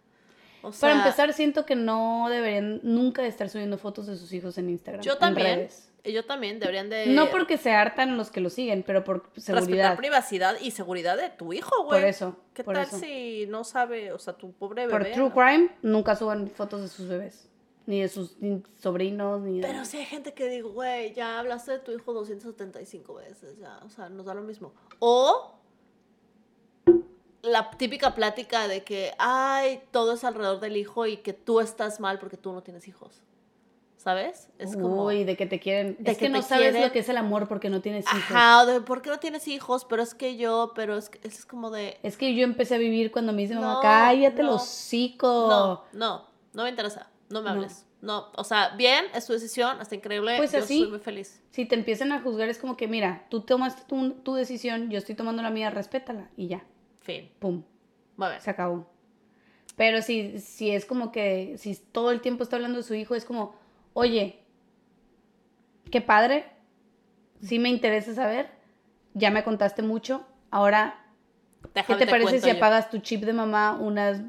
[SPEAKER 2] O sea,
[SPEAKER 3] Para empezar, siento que no deberían nunca de estar subiendo fotos de sus hijos en Instagram.
[SPEAKER 2] Yo
[SPEAKER 3] en
[SPEAKER 2] también. eh,
[SPEAKER 3] redes.
[SPEAKER 2] Yo también deberían de.
[SPEAKER 3] No porque se hartan los que lo siguen, pero por
[SPEAKER 2] Respetar
[SPEAKER 3] seguridad.
[SPEAKER 2] privacidad y seguridad de tu hijo, güey.
[SPEAKER 3] Por eso.
[SPEAKER 2] ¿Qué
[SPEAKER 3] por
[SPEAKER 2] tal
[SPEAKER 3] eso.
[SPEAKER 2] si no sabe, o sea, tu pobre
[SPEAKER 3] Por
[SPEAKER 2] bebé?
[SPEAKER 3] True
[SPEAKER 2] ¿no?
[SPEAKER 3] Crime, nunca suban fotos de sus bebés. Ni de sus ni sobrinos, ni de.
[SPEAKER 2] Pero si hay gente que digo, güey, ya hablaste de tu hijo 275 veces, ya, o sea, nos da lo mismo. O la típica plática de que, ay, todo es alrededor del hijo y que tú estás mal porque tú no tienes hijos. ¿Sabes? Es como...
[SPEAKER 3] Uy, pues. de que te quieren.
[SPEAKER 2] de
[SPEAKER 3] es que,
[SPEAKER 2] que
[SPEAKER 3] no
[SPEAKER 2] te
[SPEAKER 3] sabes
[SPEAKER 2] quieren.
[SPEAKER 3] lo que es el amor porque no tienes hijos.
[SPEAKER 2] Ajá, o de por qué no tienes hijos, pero es que yo, pero es, que- es como de...
[SPEAKER 3] Es que yo empecé a vivir cuando me dice mamá,
[SPEAKER 2] No,
[SPEAKER 3] cállate
[SPEAKER 2] no.
[SPEAKER 3] los hocico.
[SPEAKER 2] No, no, no me interesa, no me
[SPEAKER 3] No.
[SPEAKER 2] hables. No, o sea, bien, es tu decisión, está increíble,
[SPEAKER 3] Pues
[SPEAKER 2] yo
[SPEAKER 3] así.
[SPEAKER 2] soy muy feliz.
[SPEAKER 3] Si te empiezan a juzgar es como que, mira, tú tomaste tu, tu decisión, yo estoy tomando la mía, respétala. Y ya,
[SPEAKER 2] Fin,
[SPEAKER 3] pum,
[SPEAKER 2] muy bien.
[SPEAKER 3] se acabó. Pero si, si es como que, si todo el tiempo está hablando de su hijo, es como, oye, qué padre, sí me interesa saber, ya me contaste mucho, ahora, ¿qué
[SPEAKER 2] Déjame
[SPEAKER 3] te parece
[SPEAKER 2] cuento
[SPEAKER 3] si
[SPEAKER 2] yo.
[SPEAKER 3] apagas tu chip de mamá unas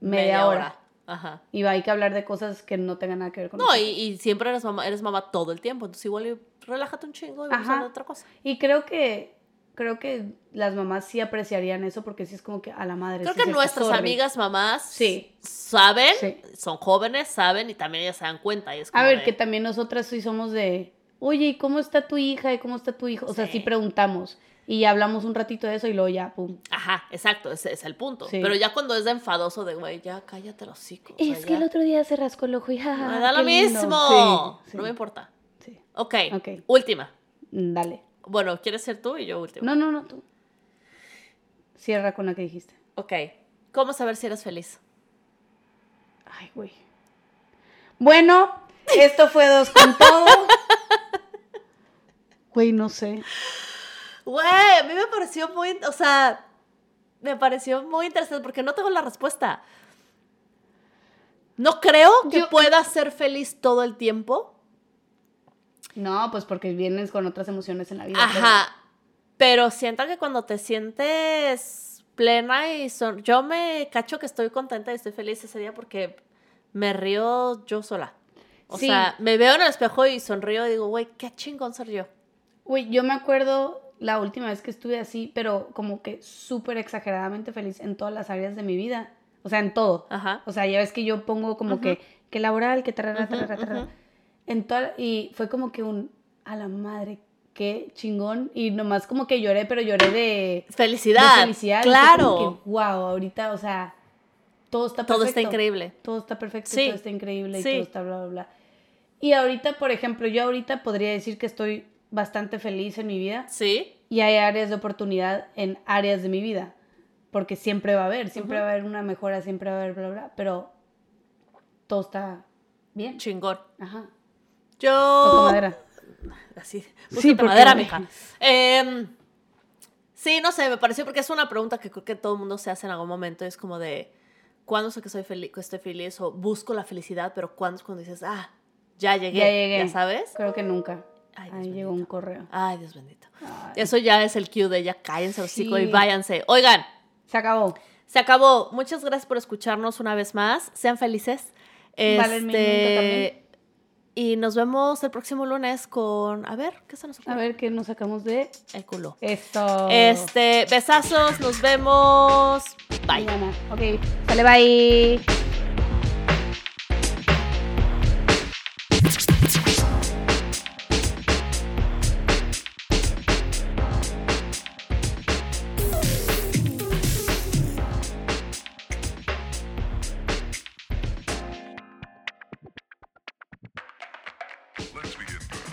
[SPEAKER 3] media, hora?
[SPEAKER 2] Ajá.
[SPEAKER 3] Y va, hay que hablar de cosas que no tengan nada que ver con
[SPEAKER 2] No,
[SPEAKER 3] nosotros.
[SPEAKER 2] y, y siempre eres mamá, eres mamá todo el tiempo, entonces igual y relájate un chingo y vamos
[SPEAKER 3] Ajá.
[SPEAKER 2] a hablar de otra cosa.
[SPEAKER 3] Y creo que creo que las mamás sí apreciarían eso porque sí es como que a la madre.
[SPEAKER 2] Creo
[SPEAKER 3] sí
[SPEAKER 2] que
[SPEAKER 3] es cierto,
[SPEAKER 2] nuestras
[SPEAKER 3] sorry.
[SPEAKER 2] amigas mamás
[SPEAKER 3] Sí.
[SPEAKER 2] saben,
[SPEAKER 3] Sí.
[SPEAKER 2] son jóvenes, saben y también ellas se dan cuenta. Y es
[SPEAKER 3] A
[SPEAKER 2] como
[SPEAKER 3] ver,
[SPEAKER 2] de-
[SPEAKER 3] que también nosotras sí somos de, oye, ¿y cómo está tu hija? ¿Y cómo está tu hijo? O sea, sí,
[SPEAKER 2] Sí.
[SPEAKER 3] preguntamos y hablamos un ratito de eso y luego ya, pum.
[SPEAKER 2] Ajá, exacto, ese es el punto.
[SPEAKER 3] Sí.
[SPEAKER 2] Pero ya cuando es de enfadoso de, güey, ya cállate los hocico. o sea,
[SPEAKER 3] es que
[SPEAKER 2] ya.
[SPEAKER 3] el otro día se rascó el ojo y jaja.
[SPEAKER 2] Me da lo
[SPEAKER 3] qué lindo".
[SPEAKER 2] mismo.
[SPEAKER 3] Sí, sí,
[SPEAKER 2] No me importa.
[SPEAKER 3] sí.
[SPEAKER 2] Ok,
[SPEAKER 3] Ok.
[SPEAKER 2] última.
[SPEAKER 3] Mm, Dale.
[SPEAKER 2] Bueno, ¿quieres ser tú y yo última?
[SPEAKER 3] No, no, no, tú. Cierra con la que dijiste.
[SPEAKER 2] Ok. ¿Cómo saber si eres feliz?
[SPEAKER 3] Ay, güey. Bueno, esto fue dos con todo. Güey, no sé.
[SPEAKER 2] Güey, a mí me pareció muy, o sea, me pareció muy interesante porque no tengo la respuesta. No creo que
[SPEAKER 3] Yo-
[SPEAKER 2] pueda ser feliz todo el tiempo.
[SPEAKER 3] No, pues porque vienes con otras emociones en la vida.
[SPEAKER 2] Ajá. Pero siento que cuando te sientes plena y son... Yo me cacho que estoy contenta y estoy feliz ese día porque me río yo sola. O
[SPEAKER 3] Sí.
[SPEAKER 2] sea, me veo en el espejo y sonrío y digo, güey, qué chingón ser yo.
[SPEAKER 3] pero- Güey, yo me acuerdo la última vez que estuve así, pero como que súper exageradamente feliz en todas las áreas de mi vida. O sea, en todo.
[SPEAKER 2] Ajá.
[SPEAKER 3] O sea, ya ves que yo pongo como que, que laboral, que tarara,
[SPEAKER 2] Ujú,
[SPEAKER 3] tarara, tarara.
[SPEAKER 2] ujú.
[SPEAKER 3] En toda, y fue como que un, a la madre, qué chingón. Y nomás como que lloré, pero lloré de, de
[SPEAKER 2] Felicidad.
[SPEAKER 3] felicidad.
[SPEAKER 2] Claro.
[SPEAKER 3] wow, ahorita, o sea, todo está perfecto.
[SPEAKER 2] Todo está increíble.
[SPEAKER 3] todo está perfecto,
[SPEAKER 2] Sí.
[SPEAKER 3] todo está increíble y
[SPEAKER 2] Sí.
[SPEAKER 3] todo está bla, bla, bla. Y ahorita, por ejemplo, yo ahorita podría decir que estoy bastante feliz en mi vida
[SPEAKER 2] Sí.
[SPEAKER 3] y hay áreas de oportunidad en áreas de mi vida, porque siempre va a haber, siempre
[SPEAKER 2] Ujú.
[SPEAKER 3] va a haber una mejora, siempre va a haber bla, bla, pero todo está bien.
[SPEAKER 2] Chingón.
[SPEAKER 3] Ajá. Toco
[SPEAKER 2] Yo...
[SPEAKER 3] madera.
[SPEAKER 2] Así.
[SPEAKER 3] Sí,
[SPEAKER 2] Sí,
[SPEAKER 3] porque-
[SPEAKER 2] madera, mija. Em, sí, no sé, me pareció porque es una pregunta que creo que todo el mundo se hace en algún momento. Es como de, ¿cuándo sé que soy feliz, que estoy feliz? O busco la felicidad, pero ¿cuándo es cuando dices, ah, ya llegué?
[SPEAKER 3] Ya llegué.
[SPEAKER 2] sabes?
[SPEAKER 3] Creo que nunca.
[SPEAKER 2] Ay, Dios
[SPEAKER 3] Ahí
[SPEAKER 2] bendito.
[SPEAKER 3] llegó un correo.
[SPEAKER 2] Ay, Dios bendito.
[SPEAKER 3] Ay,
[SPEAKER 2] Eso ya es el cue de ya cállense los
[SPEAKER 3] Sí.
[SPEAKER 2] chicos y váyanse. Oigan,
[SPEAKER 3] Se acabó.
[SPEAKER 2] se acabó. Muchas gracias por escucharnos una vez más. Sean felices.
[SPEAKER 3] Valen mi minuto también.
[SPEAKER 2] Este, Y nos vemos el próximo lunes con. A ver, ¿qué se nos ocurre?
[SPEAKER 3] A ver Oh. qué nos sacamos de
[SPEAKER 2] El culo.
[SPEAKER 3] esto.
[SPEAKER 2] Este, besazos, nos vemos. Bye.
[SPEAKER 3] Mañana. Ok, sale, bye.
[SPEAKER 1] Let's begin now.